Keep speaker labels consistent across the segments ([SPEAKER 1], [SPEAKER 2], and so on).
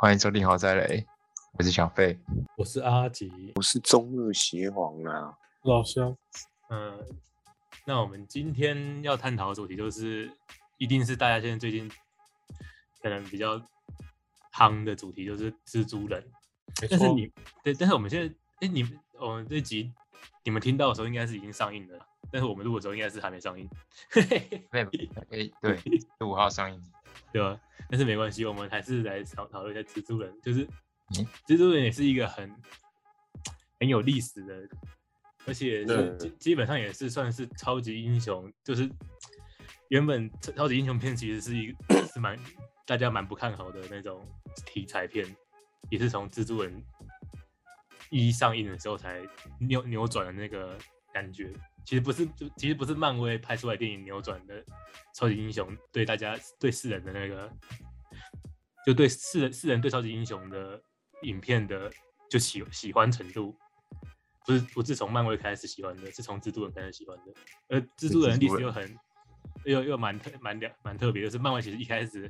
[SPEAKER 1] 欢迎收听《豪宅雷》，我是小费。
[SPEAKER 2] 我是阿吉，
[SPEAKER 3] 我是中日协皇啊，
[SPEAKER 4] 老乡，
[SPEAKER 2] 嗯、那我们今天要探讨的主题就是，一定是大家现在最近可能比较夯的主题，就是蜘蛛人。
[SPEAKER 4] 没
[SPEAKER 2] 但是
[SPEAKER 4] 错，
[SPEAKER 2] 你对，但是我们现在，哎、你们我们这集你们听到的时候应该是已经上映了，但是我们录的时候应该是还没上映，
[SPEAKER 1] 对，诶，哎对，十五号上映。
[SPEAKER 2] 对吧？但是没关系，我们还是来讨讨论一下蜘蛛人，就是
[SPEAKER 1] 嗯
[SPEAKER 2] 蜘蛛人也是一个很很有历史的，而且是基
[SPEAKER 3] 对
[SPEAKER 2] 基本上也是算是超级英雄，就是原本超超级英雄片其实是一个是蛮大家蛮不看好的那种题材片，也是从蜘蛛人一上映的时候才扭扭转的那个感觉。其实不是，就其实不是漫威拍出来的电影扭转的超级英雄对大家对世人的那个，就对世人世人对超级英雄的影片的就喜喜欢程度，不是不是从漫威开始喜欢的，是从蜘蛛人开始喜欢的。而蜘蛛人的历史又很又又蛮特蛮了蛮特别，就是漫威其实一开始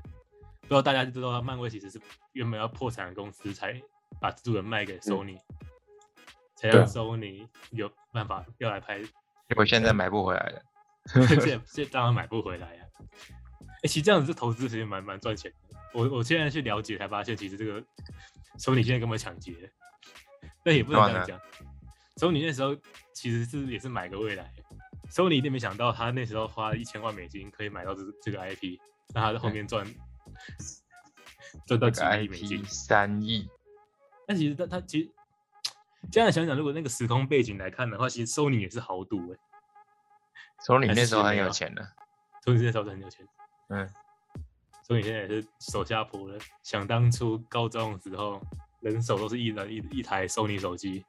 [SPEAKER 2] 不知道大家知不知道，漫威其实是原本要破产的公司才把蜘蛛人卖给 Sony，、才
[SPEAKER 4] 嗯对
[SPEAKER 2] 让
[SPEAKER 4] 啊
[SPEAKER 2] Sony 有办法要来拍
[SPEAKER 1] 结果现在买不回来了。
[SPEAKER 2] 这这当然买不回来呀、哎、其实这样子投资其实蛮蛮赚钱的。我我现在去了解才发现，其实这个索尼现在根本抢劫了，但也不能这样讲。索尼那时候其实是也是买个未来，索尼一定没想到他那时候花一千万美金可以买到这这个 IP，让他在后面赚赚到
[SPEAKER 1] 这
[SPEAKER 2] 几
[SPEAKER 1] 个
[SPEAKER 2] 亿美金
[SPEAKER 1] IP。三亿，
[SPEAKER 2] 但其实他他其实这样想想，如果那个时空背景来看的话，其实索尼也是豪赌哎、
[SPEAKER 1] 从你
[SPEAKER 2] 还是
[SPEAKER 1] 那时候很
[SPEAKER 2] 没
[SPEAKER 1] 有
[SPEAKER 2] 有
[SPEAKER 1] 钱的。
[SPEAKER 2] 索尼那时候是很有钱。
[SPEAKER 1] 嗯，
[SPEAKER 2] 所以现在也是手下仆人。想当初高中的时候，人手都是一人一一台 Sony 手机，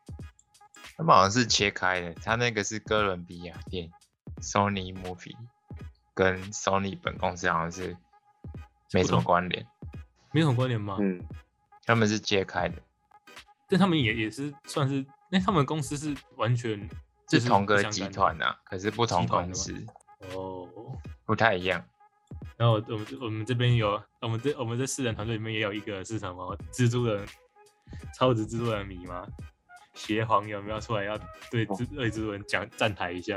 [SPEAKER 1] 他们好像是切开的，他那个是哥伦比亚店，Sony Movie 跟 Sony 本公司好像是没什么关联，
[SPEAKER 2] 没什么关联吗？
[SPEAKER 3] 嗯，
[SPEAKER 1] 他们是切开的，
[SPEAKER 2] 但他们也也是算是，那他们公司是完全就是
[SPEAKER 1] 同
[SPEAKER 2] 不
[SPEAKER 1] 个
[SPEAKER 2] 相
[SPEAKER 1] 集
[SPEAKER 2] 干的
[SPEAKER 1] 团啊，可是不同
[SPEAKER 2] 集团的
[SPEAKER 1] 公
[SPEAKER 2] 吗
[SPEAKER 1] 司，
[SPEAKER 2] 哦。
[SPEAKER 1] 不太一样。
[SPEAKER 2] 然后我我们这我们这边有，我们这我们这四人团队里面也有一个是什么蜘蛛人，超级蜘蛛人迷吗？邪皇有没有出来要对
[SPEAKER 1] 哦
[SPEAKER 2] 蜘对蜘蛛人讲站台一下？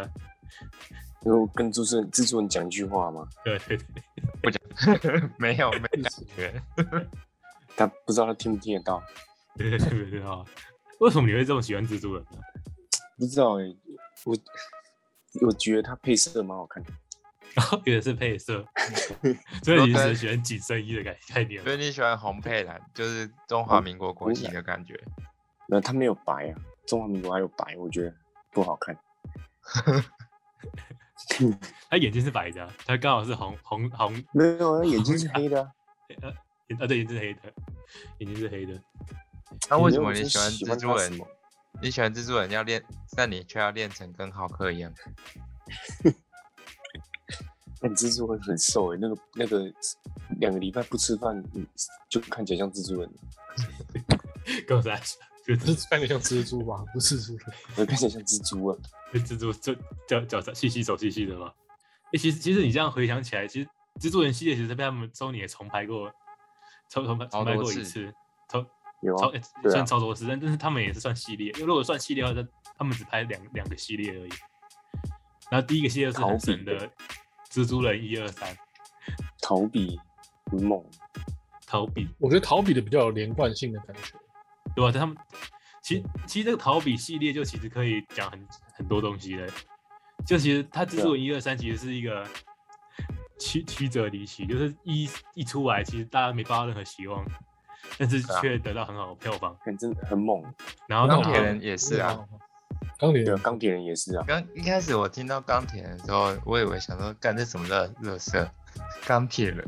[SPEAKER 3] 然后跟主持人制作人讲一句话嘛，
[SPEAKER 2] 对对对，
[SPEAKER 1] 没有没有感觉，
[SPEAKER 3] 他不知道他听不听得到，
[SPEAKER 2] 对对对对啊！为什么你会这么喜欢蜘蛛人呢？
[SPEAKER 3] 不知道哎、我我觉得他配色蛮好看的，
[SPEAKER 2] 然后有的是配色，所以你是喜欢紧身衣的概概念
[SPEAKER 1] 所以你喜欢红配蓝，就是中华民国国旗的感觉。
[SPEAKER 3] 然后他没有白啊，中华民国还有白，我觉得不好看，
[SPEAKER 2] 他眼睛是白的啊，他刚好是红红红，
[SPEAKER 3] 没有啊，眼睛是黑的、啊，
[SPEAKER 2] 呃，眼啊对，眼睛是黑的，眼睛是黑的。
[SPEAKER 1] 那为什么
[SPEAKER 3] 我
[SPEAKER 1] 你
[SPEAKER 3] 真
[SPEAKER 1] 喜欢
[SPEAKER 3] 喜
[SPEAKER 1] 蜘
[SPEAKER 3] 欢
[SPEAKER 1] 蛛
[SPEAKER 3] 他什
[SPEAKER 1] 人
[SPEAKER 3] 么？
[SPEAKER 1] 你喜欢蜘蛛人要练，但你却要练成跟浩克一样。
[SPEAKER 3] 但蜘蛛人很瘦哎、那个那个两个礼拜不吃饭，嗯就看起来像蜘蛛人，
[SPEAKER 2] 告诉大家，
[SPEAKER 4] 不
[SPEAKER 2] 就是
[SPEAKER 4] 看着像蜘蛛吧？ 不是蜘蛛，
[SPEAKER 3] 我呃看起来像蜘蛛啊，
[SPEAKER 2] 蜘蛛就脚脚上细细手细细的嘛。诶，其实其实你这样回想起来，其实蜘蛛人系列其实被他们周年重拍过，重重拍重拍过一次，重
[SPEAKER 3] 有
[SPEAKER 2] 超、
[SPEAKER 3] 啊，
[SPEAKER 2] 欸
[SPEAKER 3] 对啊
[SPEAKER 2] 算超多次，但但是他们也是算系列。因为如果算系列的话，他他们只拍两两个系列而已。然后第一个系列是很神
[SPEAKER 3] 逃
[SPEAKER 2] 的《蜘蛛人》一二三
[SPEAKER 3] 逃避很猛，
[SPEAKER 2] 逃避，
[SPEAKER 4] 我觉得逃比的比较有连贯性的感觉。
[SPEAKER 2] 对吧、但他们其实其实这个逃避系列就其实可以讲很很多东西的。就其实它《
[SPEAKER 3] 啊
[SPEAKER 2] 蜘蛛人》一二三其实是一个曲曲折离奇，就是一一出来，其实大家没抱到任何希望，但是
[SPEAKER 1] 对啊
[SPEAKER 2] 却得到很好的票房。
[SPEAKER 3] 看真的很猛，
[SPEAKER 2] 然后
[SPEAKER 1] 钢
[SPEAKER 2] 然
[SPEAKER 1] 铁
[SPEAKER 2] 后
[SPEAKER 1] 人也是啊。，
[SPEAKER 4] 钢铁
[SPEAKER 3] 对啊，
[SPEAKER 4] 人
[SPEAKER 3] 钢铁人也是啊，
[SPEAKER 1] 刚一开始我听到钢铁人的时候，我以为想说，干这什么热热色？钢铁人，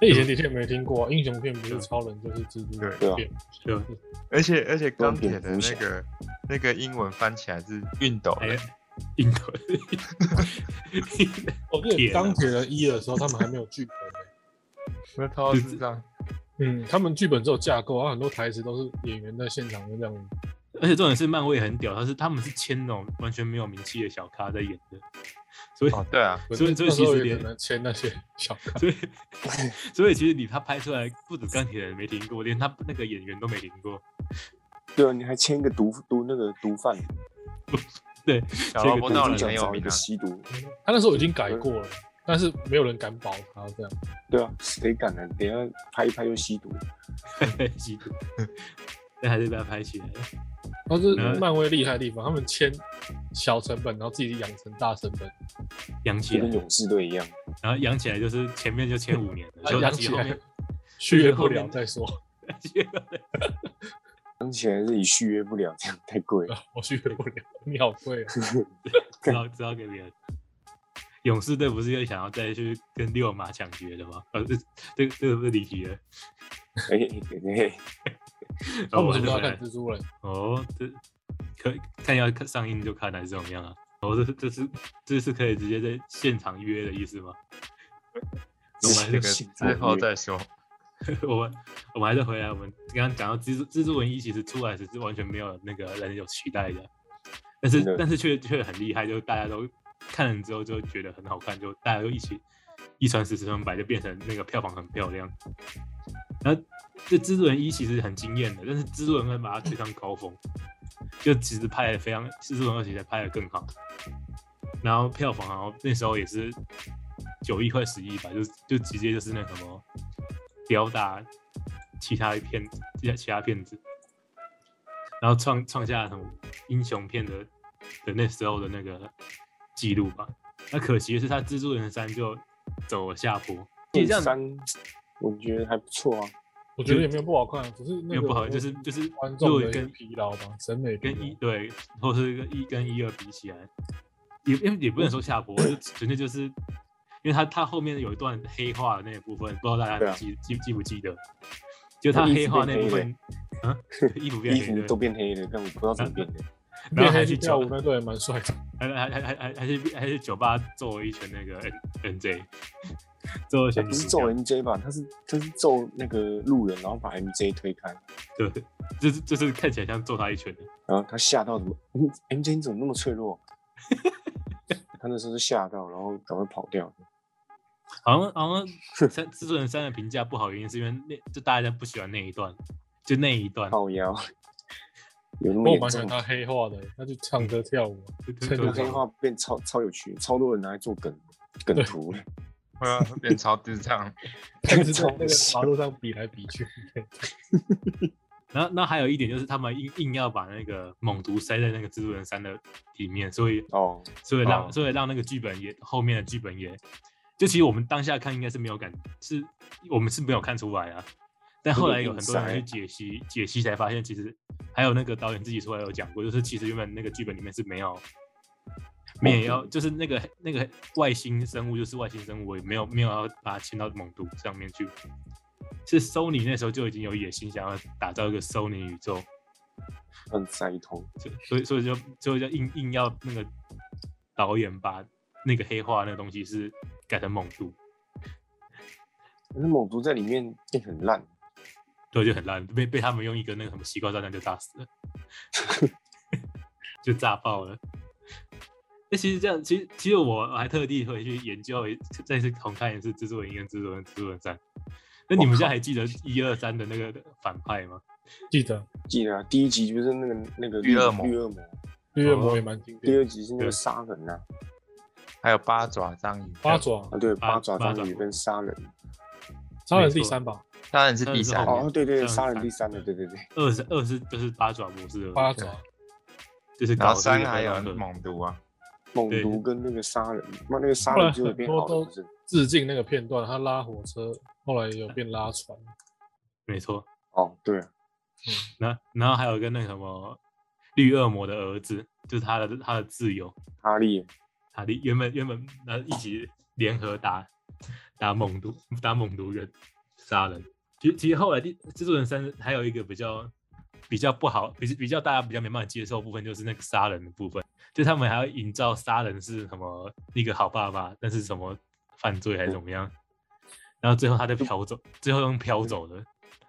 [SPEAKER 4] 那以前的确没听过啊，英雄片不是超人就是蜘蛛人
[SPEAKER 3] 对啊
[SPEAKER 4] 片，
[SPEAKER 2] 就
[SPEAKER 1] 而且而且钢
[SPEAKER 3] 钢
[SPEAKER 1] 铁
[SPEAKER 3] 铁
[SPEAKER 1] 的
[SPEAKER 3] 的
[SPEAKER 1] 那
[SPEAKER 3] 那
[SPEAKER 1] 个那个英文翻起来是熨斗
[SPEAKER 2] 哎
[SPEAKER 1] 人，
[SPEAKER 2] 呀，硬腿。
[SPEAKER 4] 我记得哦钢铁人啊一的时候他们还没有剧本欸。
[SPEAKER 1] 那超智 障。
[SPEAKER 4] 嗯，他们剧本只有架构，然后啊很多台词都是演员在现场就这样。
[SPEAKER 2] 而且重点是漫威也很屌，他是他们是签那种完全没有名气的小咖在演的，所以
[SPEAKER 1] 哦，对啊，
[SPEAKER 2] 所以所以
[SPEAKER 4] 那时
[SPEAKER 2] 其
[SPEAKER 4] 候
[SPEAKER 2] 实
[SPEAKER 4] 也可
[SPEAKER 2] 连
[SPEAKER 4] 能签那些小看，
[SPEAKER 2] 所以所以其实你他拍出来不止钢铁人没听过，连他那个演员都没听过。
[SPEAKER 3] 对啊，你还签一个毒毒那个毒贩，
[SPEAKER 1] 小萝卜
[SPEAKER 2] 这个
[SPEAKER 1] 道
[SPEAKER 3] 金
[SPEAKER 1] 理
[SPEAKER 3] 奖
[SPEAKER 1] 很有
[SPEAKER 3] 找一
[SPEAKER 1] 名
[SPEAKER 3] 个
[SPEAKER 1] 啊，
[SPEAKER 3] 吸毒，
[SPEAKER 4] 他那时候已经改过了，但是没有人敢保他这样。
[SPEAKER 3] 对啊，谁敢啊？等一下拍一拍又吸毒，
[SPEAKER 2] 吸毒，但还是被他拍起来了。
[SPEAKER 4] 然后这
[SPEAKER 2] 嗯
[SPEAKER 4] 是漫威厉害的地方，他们签小成本，然后自己养成大成本，
[SPEAKER 2] 养起
[SPEAKER 3] 就
[SPEAKER 2] 来
[SPEAKER 4] 啊
[SPEAKER 3] 跟，勇士队一样。
[SPEAKER 2] 然后养起来就是前面就签五年了，
[SPEAKER 4] 啊
[SPEAKER 2] 就
[SPEAKER 4] 养
[SPEAKER 2] 其
[SPEAKER 4] 起
[SPEAKER 2] 实后
[SPEAKER 4] 来
[SPEAKER 2] 面
[SPEAKER 4] 续约
[SPEAKER 2] 后
[SPEAKER 4] 不了
[SPEAKER 2] 面
[SPEAKER 4] 再说。
[SPEAKER 3] 想起来自己续约不了，这样太贵了。
[SPEAKER 4] 我续约不了，你好贵、啊。
[SPEAKER 2] 知道知道给别人。勇士队不是又想要再去跟六马抢角的吗？呃，这这这个不是离题了。
[SPEAKER 3] 哎、哎哎
[SPEAKER 4] 那
[SPEAKER 2] 然后
[SPEAKER 4] 哦我
[SPEAKER 2] 我
[SPEAKER 4] 们
[SPEAKER 2] 还是回
[SPEAKER 4] 什么时候要看
[SPEAKER 2] 来。
[SPEAKER 4] 蜘蛛人？
[SPEAKER 2] 哦，这可看要看上映就看还是怎么样啊？哦，这是这是这是可以直接在现场约的意思吗？ 我们还
[SPEAKER 1] 这
[SPEAKER 2] 是
[SPEAKER 1] 个
[SPEAKER 3] 是
[SPEAKER 1] 之后再说。
[SPEAKER 2] 我们我们还是回来，我们刚刚讲到蜘蛛蜘蛛文一其实出来时是完全没有那个人有期待的，但
[SPEAKER 3] 真的
[SPEAKER 2] 是但是却却很厉害，就是大家都看了之后就觉得很好看，就大家都一起一传十十传百，就变成那个票房很漂亮。然后这蜘蛛人一其实很惊艳的，但是蜘蛛人二把它推上高峰，就其实拍的非常，蜘蛛人二其实拍的更好，然后票房好像那时候也是九亿块十亿吧，就就直接就是那什么吊打其他片其他其他片子，然后创创下什么英雄片的的那时候的那个记录吧。那可惜的是，他蜘蛛人三就走了下坡，
[SPEAKER 3] 剑三，我觉得还不错啊。
[SPEAKER 4] 我觉得也没有不好看，啊只是那
[SPEAKER 2] 又
[SPEAKER 4] 个
[SPEAKER 2] 不好，就是就是
[SPEAKER 4] 观
[SPEAKER 2] 如
[SPEAKER 4] 众
[SPEAKER 2] 果
[SPEAKER 4] 的一个
[SPEAKER 2] 跟
[SPEAKER 4] 疲劳吧，审美疲
[SPEAKER 2] 跟
[SPEAKER 4] 劳
[SPEAKER 2] 一对，或是跟一跟一二比起来，也也也不能说下坡，就纯粹就是，因为他他后面有一段黑化的那一部分，不知道大
[SPEAKER 3] 对
[SPEAKER 2] 家
[SPEAKER 3] 啊
[SPEAKER 2] 记、记记不记得？就他
[SPEAKER 3] 衣
[SPEAKER 2] 黑
[SPEAKER 3] 服
[SPEAKER 2] 化那
[SPEAKER 3] 变
[SPEAKER 2] 部
[SPEAKER 3] 黑
[SPEAKER 2] 分，啊，衣服变
[SPEAKER 3] 衣
[SPEAKER 2] 黑
[SPEAKER 3] 服都
[SPEAKER 2] 了，
[SPEAKER 3] 变黑了，但我不知道怎么 变的。
[SPEAKER 2] 然后还
[SPEAKER 4] 还
[SPEAKER 2] 去
[SPEAKER 4] 去跳
[SPEAKER 2] 酒
[SPEAKER 4] 舞，那对蛮帅的。
[SPEAKER 2] 还还还还还还去还去酒吧揍了一拳那个 N N J，揍了一
[SPEAKER 3] 他
[SPEAKER 2] 拳女
[SPEAKER 3] 哎不是
[SPEAKER 2] 主
[SPEAKER 3] 揍
[SPEAKER 2] 角
[SPEAKER 3] MJ 吧？他是他是揍那个路人，然后把 MJ 推开，
[SPEAKER 2] 对，就是就是看起来像揍他一拳的，
[SPEAKER 3] 然后他吓到怎么嗯？MJ 你怎么那么脆弱？ 他那时候是吓到，然后赶快跑掉。
[SPEAKER 2] 好像好像三制作人三的评价不好，原因是因为那就大家不喜欢那一段，就那一段，
[SPEAKER 3] 靠腰， 有那
[SPEAKER 4] 不
[SPEAKER 3] 么
[SPEAKER 4] 过我
[SPEAKER 3] 严
[SPEAKER 4] 蛮喜欢
[SPEAKER 3] 重？
[SPEAKER 4] 他黑化的，他去唱歌跳舞啊，
[SPEAKER 2] 就
[SPEAKER 4] 趁
[SPEAKER 2] 就
[SPEAKER 3] 那
[SPEAKER 4] 着
[SPEAKER 2] 就
[SPEAKER 3] 黑化变超超有趣，超多人拿来做梗梗图，
[SPEAKER 1] 会啊会变超智障，
[SPEAKER 4] 但是在那个马路上比来比去。
[SPEAKER 2] 然后，那还有一点就是，他们硬硬要把那个猛毒塞在那个蜘蛛人三的里面，所以
[SPEAKER 3] 哦，
[SPEAKER 2] 所以让、
[SPEAKER 3] 哦
[SPEAKER 2] 所以让那个剧本也后面的剧本也，就其实我们当下看应该是没有感，是我们是没有看出来啊。但后来有很多人去解析解析才发现，其实还有那个导演自己出来有讲过，就是其实原本那个剧本里面是没有，没有要就是那个那个外星生物就是外星生物，我也没有没有要把它迁到猛毒上面去。是 Sony 那时候就已经有野心，想要打造一个 Sony 宇宙，
[SPEAKER 3] 很塞头，
[SPEAKER 2] 所所以所以就所以就硬硬要那个导演把那个黑化那个东西是改成猛毒，
[SPEAKER 3] 可是猛毒在里面变很烂，
[SPEAKER 2] 对，就很烂，被被他们用一个那个什么西瓜炸弹就 炸死了，就炸爆了。那其实这样，其实其实我还特地回去研究一再次重看一次《蜘蛛人一》跟《蜘蛛人》《蜘蛛人三》。那你们现在还记得一二三的那个反派吗？
[SPEAKER 4] 记得
[SPEAKER 3] 记得啊，第一集就是那个那个
[SPEAKER 1] 绿恶魔
[SPEAKER 3] 绿恶魔，
[SPEAKER 4] 绿月
[SPEAKER 2] 哦
[SPEAKER 4] 魔也蛮经
[SPEAKER 3] 第
[SPEAKER 4] 典，
[SPEAKER 3] 二集是那个杀人啊，
[SPEAKER 1] 还有八爪章鱼，
[SPEAKER 4] 八爪
[SPEAKER 3] 啊对，
[SPEAKER 2] 八
[SPEAKER 3] 八爪章鱼跟杀人，
[SPEAKER 4] 杀人第三吧，
[SPEAKER 1] 当然是第三
[SPEAKER 2] 当然是
[SPEAKER 1] 名
[SPEAKER 2] 后
[SPEAKER 3] 哦对对，对
[SPEAKER 2] 杀
[SPEAKER 3] 杀
[SPEAKER 2] 人
[SPEAKER 3] 人第三的，对对对，
[SPEAKER 2] 二是二是就是八爪模式的，
[SPEAKER 4] 八爪
[SPEAKER 2] 就是
[SPEAKER 1] 然
[SPEAKER 2] 搞
[SPEAKER 1] 后三
[SPEAKER 2] 出一个
[SPEAKER 1] 还有
[SPEAKER 2] 那个
[SPEAKER 1] 猛毒啊，
[SPEAKER 3] 猛
[SPEAKER 2] 对
[SPEAKER 3] 毒跟那个杀人，妈那个杀
[SPEAKER 4] 后来
[SPEAKER 3] 人就会
[SPEAKER 4] 很
[SPEAKER 3] 变
[SPEAKER 4] 多
[SPEAKER 3] 好了，
[SPEAKER 4] 都
[SPEAKER 3] 不是？
[SPEAKER 4] 致敬那个片段，他拉火车，后来有变拉船，
[SPEAKER 2] 没错。
[SPEAKER 3] 哦对啊，
[SPEAKER 2] 然然后还有一个那个什么绿恶魔的儿子，就是他的他的挚友
[SPEAKER 3] 哈利
[SPEAKER 2] 塔利，原本原本呃一起联合打打猛毒打猛毒人杀人。其实其实后来第蜘蛛人三还有一个比较比较不好，比比较大家比较没办法接受的部分，就是那个杀人的部分，就他们还要营造杀人是什么一个好爸爸，但是什么犯罪还是怎么样，然后最后他就飘走，最后用飘走的，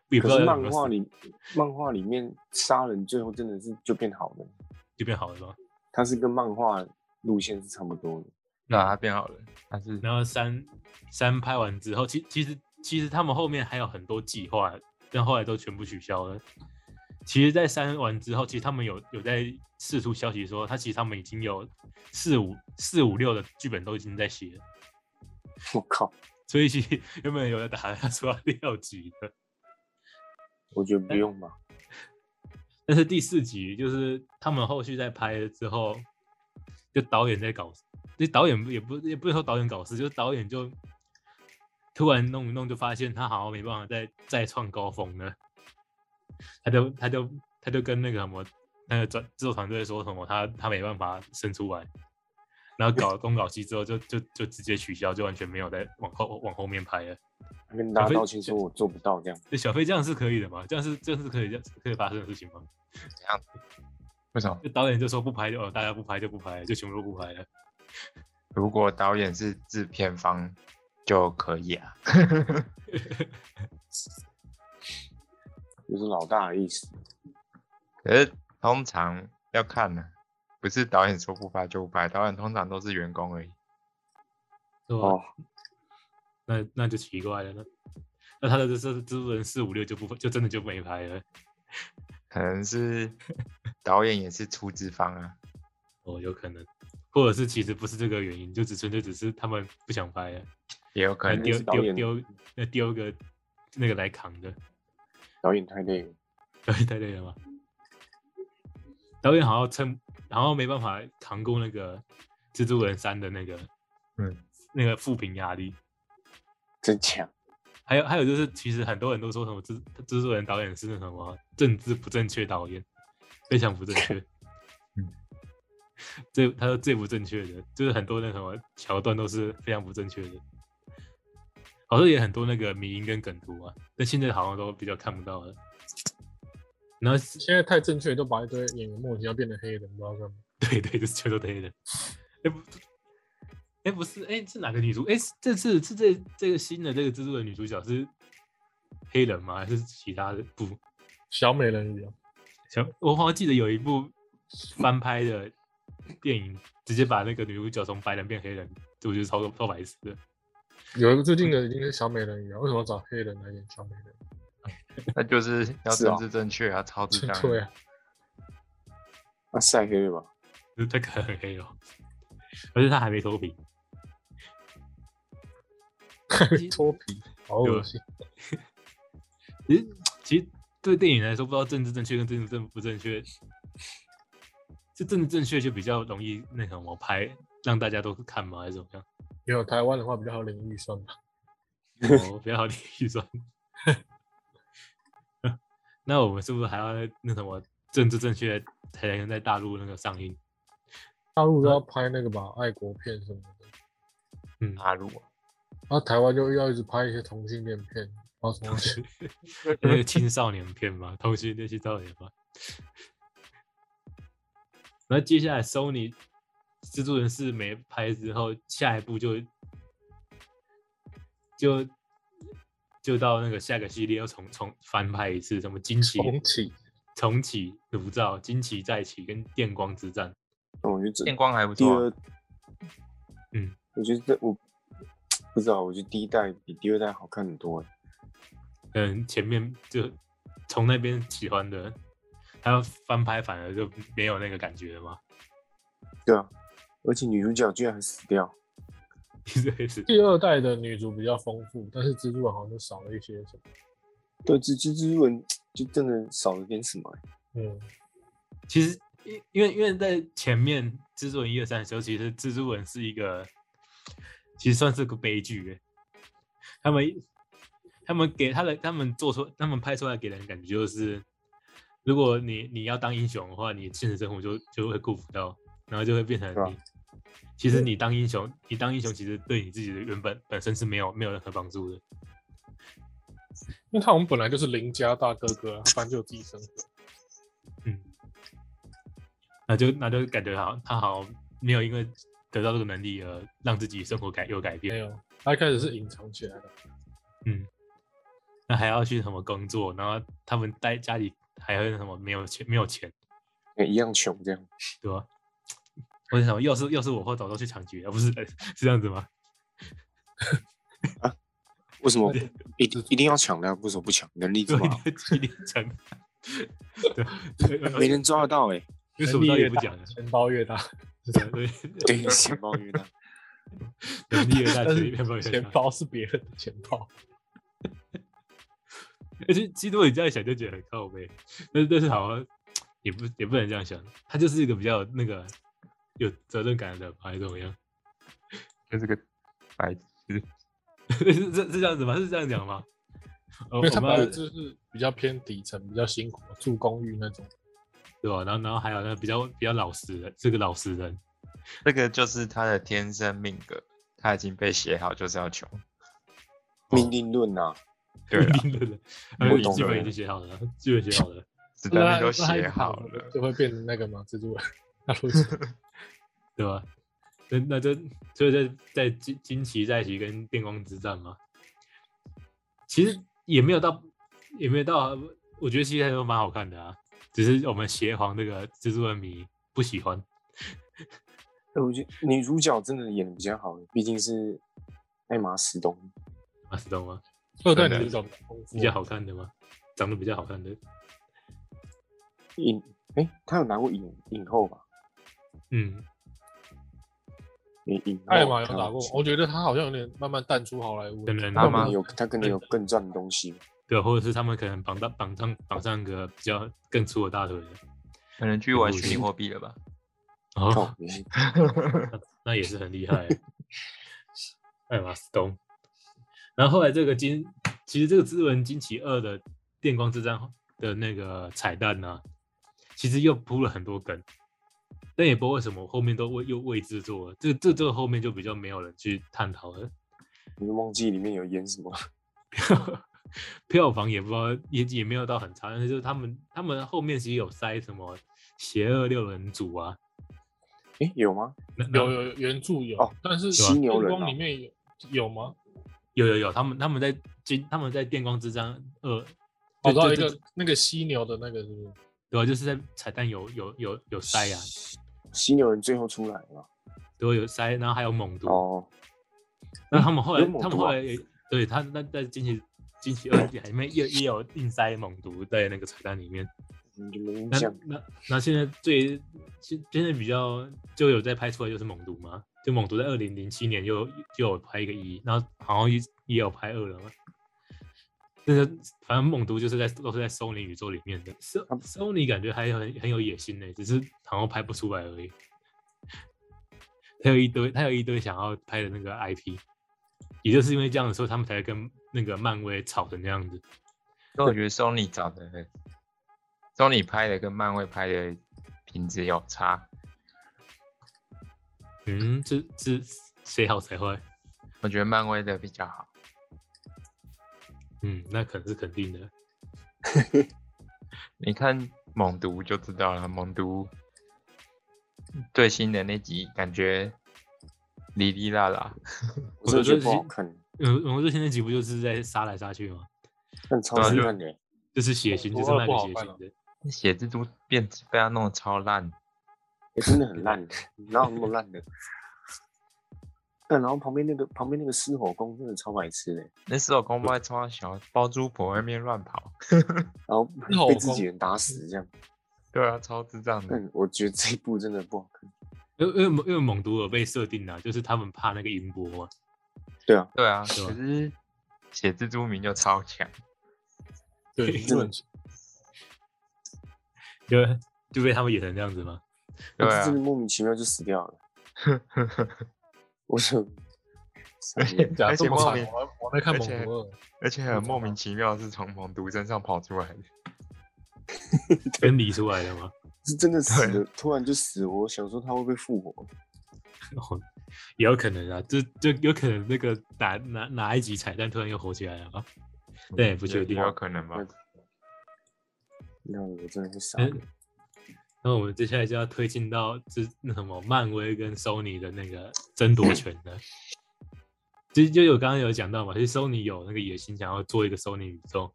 [SPEAKER 2] 也不知道
[SPEAKER 3] 嗯可是
[SPEAKER 2] 要怎么
[SPEAKER 3] 漫画
[SPEAKER 2] 死
[SPEAKER 3] 里，漫画里面杀人最后真的是就变好了，
[SPEAKER 2] 就变好了是吧？
[SPEAKER 3] 它是跟漫画路线是差不多的。
[SPEAKER 1] 那啊他变好人，他是
[SPEAKER 2] 然后三三拍完之后，其其实其实他们后面还有很多计划，但后来都全部取消了。其实，在三完之后，其实他们有有在释出消息说，他其实他们已经有四五四五六的剧本都已经在写了，
[SPEAKER 3] 我靠，
[SPEAKER 2] 所以其实原本有在打算说要六集的，
[SPEAKER 3] 我觉得不用吧。
[SPEAKER 2] 但是第四集就是他们后续在拍了之后，就导演在搞，就导演也不也不是说导演搞事，就是导演就突然弄一弄就发现他好像没办法再再创高峰了，他就他就他就跟那个什么那个专制作团队说什么他他没办法生出来，然后搞了公搞期之后就就就直接取消，就完全没有再往后往后面拍了。
[SPEAKER 3] 他跟大家道歉说我做不到这样，
[SPEAKER 2] 那小飞这样是可以的吗？这样是这样是可以这样可以发生的事情吗？
[SPEAKER 1] 怎样？为什么？
[SPEAKER 2] 就导演就说不拍就哦，大家不拍就不拍，就全部都不拍了。
[SPEAKER 1] 如果导演是制片方就可以 啊。
[SPEAKER 3] 就是老大的意思。
[SPEAKER 1] 可是通常要看呢、不是导演说不拍就不拍，导演通常都是员工而已。
[SPEAKER 2] 对吧？
[SPEAKER 3] 哦，
[SPEAKER 2] 那那就奇怪了，那那他的这这蜘蛛人四五六就不就真的就没拍了，
[SPEAKER 1] 可能 是导演也是出资方啊，
[SPEAKER 2] 哦，有可能，或者是其实不是这个原因，就只纯粹只是他们不想拍了，
[SPEAKER 1] 也有可
[SPEAKER 2] 那
[SPEAKER 1] 能
[SPEAKER 3] 定
[SPEAKER 2] 丢
[SPEAKER 3] 是导
[SPEAKER 2] 丢
[SPEAKER 3] 演
[SPEAKER 2] 丢那丢个那个来扛的，
[SPEAKER 3] 导演太累了，
[SPEAKER 2] 导演太累了吗？导演好像撑，然后没办法扛过那个蜘蛛人三的那个
[SPEAKER 1] 嗯
[SPEAKER 2] 那个负评压力，
[SPEAKER 3] 真假？
[SPEAKER 2] 还有还有就是，其实很多人都说什么制制作人导演是那什么政治不正确导演，非常不正确。
[SPEAKER 1] 嗯，
[SPEAKER 2] 最他说最不正确的就是很多那什么桥段都是非常不正确的，好像也很多那个迷因跟梗图啊，但现在好像都比较看不到了。然后是
[SPEAKER 4] 现在太正确，都把一堆演员莫名其妙变成黑人，不知道干嘛。
[SPEAKER 2] 对对，就是全都黑人。哎不，哎不是，哎是哪个女主？哎这次是这这个新的这个蜘蛛的女主角是黑人吗？还是其他的？不，
[SPEAKER 4] 小美人鱼啊，
[SPEAKER 2] 小我好像记得有一部翻拍的电影，直接把那个女主角从白人变黑人，这我觉得超超白痴的。
[SPEAKER 4] 有一个最近的已经是小美人鱼啊，为什么要找黑人来演小美人鱼？
[SPEAKER 1] 那哎就是要
[SPEAKER 3] 是
[SPEAKER 1] 政
[SPEAKER 3] 哦
[SPEAKER 1] 治正确啊，超智障。
[SPEAKER 4] 对啊，
[SPEAKER 3] 那晒黑了吧？
[SPEAKER 2] 就是他可能很黑哦，而且他还没脱皮。
[SPEAKER 4] 脱皮，好恶心。
[SPEAKER 2] 其实，其实对电影来说，不知道政治正确跟政治正不正确，就政治正确就比较容易那什么拍，让大家都看嘛，还是怎么样？
[SPEAKER 4] 没有台湾的话比较好领预算吧。
[SPEAKER 2] 哦，不要理预算。 那我们是不是还要那什么政治正确才能在大陆那个上映？
[SPEAKER 4] 大陆都要拍那个吧，爱国片什么的，
[SPEAKER 2] 嗯，
[SPEAKER 1] 大陆啊，
[SPEAKER 4] 然后台湾就要一直拍一些同性恋片，然后什么的
[SPEAKER 2] 那个 青少年片嘛， 同性恋青少年嘛。 然后接下来，Sony 蜘蛛人四没拍之后，下一步就就就到那个下个系列要重重翻拍一次，什么惊奇
[SPEAKER 4] 重启。
[SPEAKER 2] 重启炉灶、惊奇再起跟电光之战。
[SPEAKER 3] 那我觉得这
[SPEAKER 1] 电光还不
[SPEAKER 3] 第
[SPEAKER 1] 错啊、
[SPEAKER 3] 二，
[SPEAKER 2] 嗯，
[SPEAKER 3] 我觉得这我不知道，我觉得第一代比第二代好看很多欸。
[SPEAKER 2] 嗯，前面就从那边喜欢的，他要翻拍反而就没有那个感觉了 嘛。
[SPEAKER 3] 对啊，而且女主角居然还死掉，
[SPEAKER 2] 其实也是，
[SPEAKER 4] 第二代的女主比较丰富，但是蜘蛛人好像就少了一些什么。
[SPEAKER 3] 对，蜘蜘蛛人就真的少了点什么欸。
[SPEAKER 4] 嗯，
[SPEAKER 2] 其实因因为因为在前面蜘蛛人一二三的时候，其实蜘蛛人是一个，其实算是个悲剧耶。他们他们给他的他们做出他们拍出来给人的感觉就是，如果你你要当英雄的话，你现实生活就就会顾不到，然后就会变成
[SPEAKER 3] 对啊
[SPEAKER 2] 你。其实你当英雄，你当英雄其实对你自己的原本本身是没有没有任何帮助的。
[SPEAKER 4] 因为他们本来就是邻家大哥哥、啊，他本来就有自己生活。
[SPEAKER 2] 嗯，那就那就感觉好，像他好像没有因为得到这个能力而让自己生活改有改
[SPEAKER 4] 没
[SPEAKER 2] 变，
[SPEAKER 4] 有，他一开始是隐藏起来的。
[SPEAKER 2] 那还要去什么工作，然后他们待
[SPEAKER 3] 哎
[SPEAKER 2] 家里还会什么没有钱没有钱，
[SPEAKER 3] 欸一样穷这样，
[SPEAKER 2] 对吧？我就想，要是要是我会早都去抢劫了，不是 呃是这样子吗？
[SPEAKER 3] 为什么一定一定要抢啊呢？为什么不抢？能力这
[SPEAKER 2] 对
[SPEAKER 3] 么好，，
[SPEAKER 2] 一定抢。对，而
[SPEAKER 3] 没人抓得到哎、欸。
[SPEAKER 2] 为什
[SPEAKER 4] 能
[SPEAKER 2] 么
[SPEAKER 4] 力
[SPEAKER 2] 到
[SPEAKER 4] 越
[SPEAKER 2] 也不
[SPEAKER 4] 大
[SPEAKER 2] 讲呢？
[SPEAKER 4] 钱包越大，
[SPEAKER 2] 对对，
[SPEAKER 3] 对，钱包 越大，
[SPEAKER 2] 能力越大，
[SPEAKER 4] 但
[SPEAKER 2] 钱
[SPEAKER 4] 是
[SPEAKER 2] 越抱
[SPEAKER 4] 钱
[SPEAKER 2] 怨。
[SPEAKER 4] 包是别人的钱包，
[SPEAKER 2] 而且基督你这样想就觉得很靠背，但是但是好像也不也不能这样想，他就是一个比较有那个有责任感的人吧，还是怎么样？
[SPEAKER 1] 就是个白痴。
[SPEAKER 2] 是是是这样子吗？是这样 讲吗？我
[SPEAKER 4] 因
[SPEAKER 2] 我
[SPEAKER 4] 为他
[SPEAKER 2] 们
[SPEAKER 4] 本来
[SPEAKER 2] 要
[SPEAKER 4] 就是比较偏底层，比较辛苦，住公寓那种。
[SPEAKER 2] 对吧？然后然后还有那个比较比较老实的，是个老实人，
[SPEAKER 1] 这个就是他的天生命格，他已经被写好就是要穷。
[SPEAKER 2] 哦
[SPEAKER 3] 命定论呐、啊。
[SPEAKER 1] 对 啦，
[SPEAKER 2] 对 对，
[SPEAKER 3] 我
[SPEAKER 2] 呃
[SPEAKER 3] 懂
[SPEAKER 2] 基本
[SPEAKER 3] 了
[SPEAKER 2] 已经写好了，基本写好了。
[SPEAKER 1] 子
[SPEAKER 4] 啊
[SPEAKER 1] 弹
[SPEAKER 4] 那他
[SPEAKER 1] 都
[SPEAKER 4] 那他一
[SPEAKER 1] 写
[SPEAKER 4] 直
[SPEAKER 1] 好
[SPEAKER 4] 躺着
[SPEAKER 1] 了，
[SPEAKER 4] 就会变成那个吗？蜘蛛人，那 如此
[SPEAKER 2] 对吧？那那就所以在在惊惊奇在一起跟电光之战嘛，其实也没有到也没有到，我觉得其实还都蛮好看的啊，只是我们邪皇这个蜘蛛人迷不喜欢。
[SPEAKER 3] 哎我觉得女主角真的演的比较好，毕竟是艾玛·史东。
[SPEAKER 2] 马斯东吗？
[SPEAKER 4] 二段你是种功夫
[SPEAKER 2] 比较好看的吗？长得比较好看的，
[SPEAKER 3] 影，哎、她有拿过影影后吧？
[SPEAKER 2] 嗯，
[SPEAKER 3] 影影后
[SPEAKER 4] 艾玛有
[SPEAKER 3] 她
[SPEAKER 4] 打过哦吗，我觉得他好像有点慢慢淡出好莱坞了。
[SPEAKER 2] 真人
[SPEAKER 1] 他
[SPEAKER 3] 她
[SPEAKER 1] 吗
[SPEAKER 3] 们有她可能有更赚的东西。
[SPEAKER 2] 对，或者是他们可能绑到绑上绑上个比较更粗的大腿的，
[SPEAKER 1] 可能去玩虚拟货币了吧？
[SPEAKER 2] 哦
[SPEAKER 3] 靠，，也是
[SPEAKER 2] 那也是很厉害欸。艾玛斯东，然后后来这个金，其实这个《资文惊奇二》的电光之战的那个彩蛋呢、其实又铺了很多梗，但也不知道为什么后面都未又未制作了，这这这个后面就比较没有人去探讨了。
[SPEAKER 3] 我都忘记里面有演什么。
[SPEAKER 2] 票房也不知道也也没有到很差，但是就是他们他们后面其实有塞什么邪恶六人组啊，
[SPEAKER 3] 哎、有吗？
[SPEAKER 2] 那那
[SPEAKER 4] 有有有原著有
[SPEAKER 3] 哦，
[SPEAKER 4] 但是
[SPEAKER 3] 犀牛人
[SPEAKER 4] 电光
[SPEAKER 3] 哦
[SPEAKER 4] 里面有有吗？
[SPEAKER 2] 有有有，他们他们在金他们在电光之战二，
[SPEAKER 4] 找
[SPEAKER 2] 对对
[SPEAKER 4] 到哦一
[SPEAKER 2] 对
[SPEAKER 4] 个那个犀牛的那个是不是？
[SPEAKER 2] 对啊，就是在彩蛋有有有有塞啊，
[SPEAKER 3] 犀牛人最后出来了。
[SPEAKER 2] 都有塞，然后还有猛毒。
[SPEAKER 3] 哦，
[SPEAKER 2] 那他们后来
[SPEAKER 3] 有猛毒
[SPEAKER 2] 他
[SPEAKER 3] 啊
[SPEAKER 2] 们后来也对他那在惊奇惊奇 二里面也也有硬塞猛毒在那个彩蛋里面。
[SPEAKER 3] 你就没印
[SPEAKER 2] 那
[SPEAKER 3] 象。
[SPEAKER 2] 那那现在最现现在比较就有在拍出来就是猛毒嘛，就猛毒在二零零七年又又有拍一个一，然后好像也也有拍二了嘛。那个反正猛毒就是在都是在 Sony 宇宙里面的，So Sony 感觉还很很有野心呢、只是好像拍不出来而已。他有一堆他有一堆想要拍的那个 IP，也就是因为这样的时候，他们才跟那个漫威吵成那样子。
[SPEAKER 1] 所以我觉得 Sony 找的，Sony 拍的跟漫威拍的品质有差。
[SPEAKER 2] 嗯，这这谁好谁坏？
[SPEAKER 1] 我觉得漫威的比较好，
[SPEAKER 2] 嗯，那可能是肯定的。
[SPEAKER 1] 你看猛毒就知道了。猛毒最新的那集感觉哩哩啦啦，
[SPEAKER 3] 我
[SPEAKER 2] 我
[SPEAKER 3] 真的觉得
[SPEAKER 2] 觉得
[SPEAKER 3] 不好
[SPEAKER 2] 是
[SPEAKER 3] 看，
[SPEAKER 2] 嗯，我们说现在几部就是在杀来杀去嘛，
[SPEAKER 3] 但超
[SPEAKER 1] 对
[SPEAKER 3] 好
[SPEAKER 1] 啊就
[SPEAKER 3] 看的、
[SPEAKER 2] 就是血腥，
[SPEAKER 4] 不
[SPEAKER 2] 就是
[SPEAKER 4] 会
[SPEAKER 2] 卖
[SPEAKER 4] 不
[SPEAKER 2] 给
[SPEAKER 4] 好
[SPEAKER 2] 血
[SPEAKER 4] 看
[SPEAKER 2] 腥
[SPEAKER 4] 啊
[SPEAKER 2] 的。
[SPEAKER 1] 那血蜘蛛变被他弄得超烂。
[SPEAKER 3] 欸真的很烂，哪有那么烂的？但然后旁边那个旁边那个狮吼功真的超白痴的、
[SPEAKER 1] 那时候公卖超小，包租婆外面乱跑。
[SPEAKER 3] 然后
[SPEAKER 4] 狮吼
[SPEAKER 3] 被自
[SPEAKER 4] 功
[SPEAKER 3] 己人打死这样。
[SPEAKER 1] 对啊，超智障的。
[SPEAKER 3] 但我觉得这一部真的不好看。
[SPEAKER 2] 因为因为猛因为猛毒有被设定啊，就是他们怕那个音波嘛，
[SPEAKER 3] 对啊，
[SPEAKER 1] 对啊，
[SPEAKER 2] 对吧
[SPEAKER 1] 可是血蜘蛛名就超强。
[SPEAKER 4] 对，
[SPEAKER 2] 对
[SPEAKER 4] 真的很
[SPEAKER 2] 就就被他们演成这样子嘛。
[SPEAKER 1] 对
[SPEAKER 3] 但
[SPEAKER 1] 啊
[SPEAKER 3] 是真，的莫名其妙就死 掉了。我就
[SPEAKER 4] 假
[SPEAKER 1] 而
[SPEAKER 4] 这
[SPEAKER 1] 且
[SPEAKER 4] 么
[SPEAKER 1] 莫
[SPEAKER 4] 惨
[SPEAKER 1] 名，
[SPEAKER 4] 我还我还没看
[SPEAKER 1] 而
[SPEAKER 4] 猛
[SPEAKER 1] 且
[SPEAKER 4] 毒二，
[SPEAKER 1] 而且很莫名其妙是从猛毒身上跑出来的。
[SPEAKER 2] 分离出来了嘛，
[SPEAKER 3] 是真的死了，突然就死了。我想说他会不会复活？
[SPEAKER 2] 哦也有可能啊，就就有可能那个哪哪哪一集彩蛋突然又火起来了啊嘛，但
[SPEAKER 1] 嗯
[SPEAKER 2] 也不确定
[SPEAKER 1] 也。有可能吧。
[SPEAKER 3] 那我真的会傻。
[SPEAKER 2] 嗯，那我们接下来就要推进到这那什么漫威跟 Sony 的那个争夺权了。其实就有刚刚有讲到嘛，其实 Sony 有那个野心想要做一个 Sony 宇宙，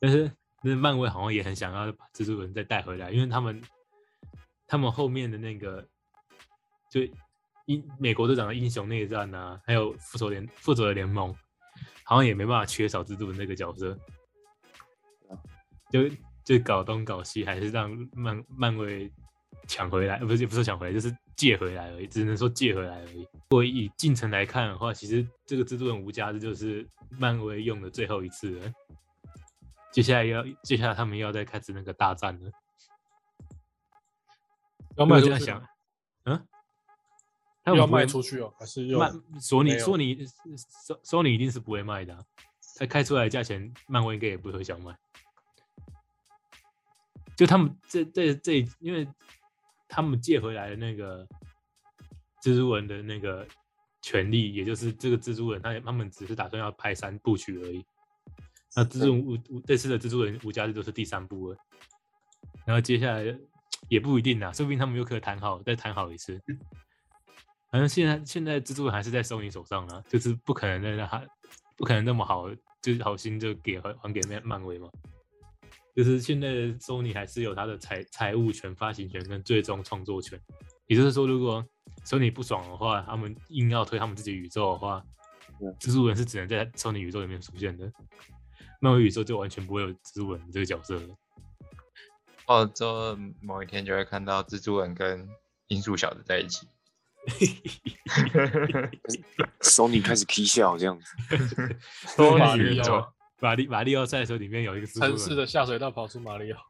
[SPEAKER 2] 但是那漫威好像也很想要把蜘蛛人再带回来，因为他们他们后面的那个就英美国队长的英雄内战啊，还有复仇联复仇者联盟，好像也没办法缺少蜘蛛人这个角色，就就搞东搞西，还是让漫漫威抢回来，呃不是也不是抢回来，就是借回来而已，只能说借回来而已。如果以进程来看的话，其实这个蜘蛛人无价，这就是漫威用的最后一次了。接下来要，接下来他们要再开始那个大战了。
[SPEAKER 4] 要
[SPEAKER 2] 如果
[SPEAKER 4] 卖
[SPEAKER 2] 这
[SPEAKER 4] 出
[SPEAKER 2] 样
[SPEAKER 4] 去
[SPEAKER 2] 想
[SPEAKER 4] 吗，，
[SPEAKER 2] 嗯，他们
[SPEAKER 4] 要
[SPEAKER 2] 不会
[SPEAKER 4] 卖出去哦，还是要
[SPEAKER 2] 卖索尼
[SPEAKER 4] 没有
[SPEAKER 2] 索尼索索尼一定是不会卖的啊、他开出来的价钱，漫威应该也不会想卖。就他们这这这，因为他们借回来的那个蜘蛛人的那个权利，也就是这个蜘蛛人，他他们只是打算要拍三部曲而已。那蜘蛛人无无这次的蜘蛛人无家日就是第三部了，然后接下来也不一定啦，说不定他们又可以谈好，再谈好一次。反正现在现在蜘蛛人还是在索尼手上啊，就是不可能再让他，不可能那么好，就是好心就给还还给漫漫威嘛。就是现在的索尼还是有它的财财务权、发行权跟最终创作权。也就是说，如果索尼不爽的话，他们硬要推他们自己宇宙的话
[SPEAKER 3] 嗯，
[SPEAKER 2] 蜘蛛人是只能在索尼宇宙里面出现的。漫威宇宙就完全不会有蜘蛛人这个角色 了。
[SPEAKER 1] 哦，之后某一天就会看到蜘蛛人跟音速小子在一起。
[SPEAKER 3] ，Sony 开始 K 笑这样子，
[SPEAKER 4] 索
[SPEAKER 2] 马
[SPEAKER 4] 马
[SPEAKER 2] 里
[SPEAKER 4] 里奥
[SPEAKER 2] 奥，马里马里奥赛车里面有一个蜘
[SPEAKER 4] 城
[SPEAKER 2] 蛛
[SPEAKER 4] 市
[SPEAKER 2] 人，
[SPEAKER 4] 的下水道跑出马里奥，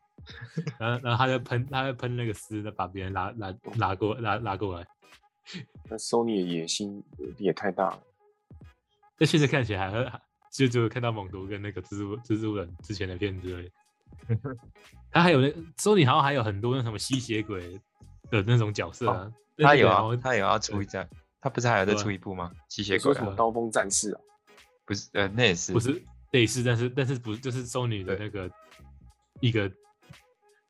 [SPEAKER 2] 然后然后他就喷，他就喷那个丝，把别人拉拉拉过拉拉过来。
[SPEAKER 3] 那 Sony 的野心也太大了。
[SPEAKER 2] 但现在看起来还还就只有看到猛毒跟那个蜘蛛蜘蛛人之前的片 子而已。他还有那索尼好像还有很多那什么吸血鬼的那种角色啊，那
[SPEAKER 1] 他
[SPEAKER 2] 那个
[SPEAKER 1] 有
[SPEAKER 2] 好
[SPEAKER 1] 啊，
[SPEAKER 2] 像
[SPEAKER 1] 他有要出一张，他不是还有再
[SPEAKER 2] 对啊
[SPEAKER 1] 出一部吗？吸血
[SPEAKER 3] 你说
[SPEAKER 1] 鬼
[SPEAKER 3] 什
[SPEAKER 1] 啊、
[SPEAKER 3] 么刀锋战士啊？
[SPEAKER 1] 不是，呃，那也是，
[SPEAKER 2] 不是类似，但是但是不就是索尼的那个一个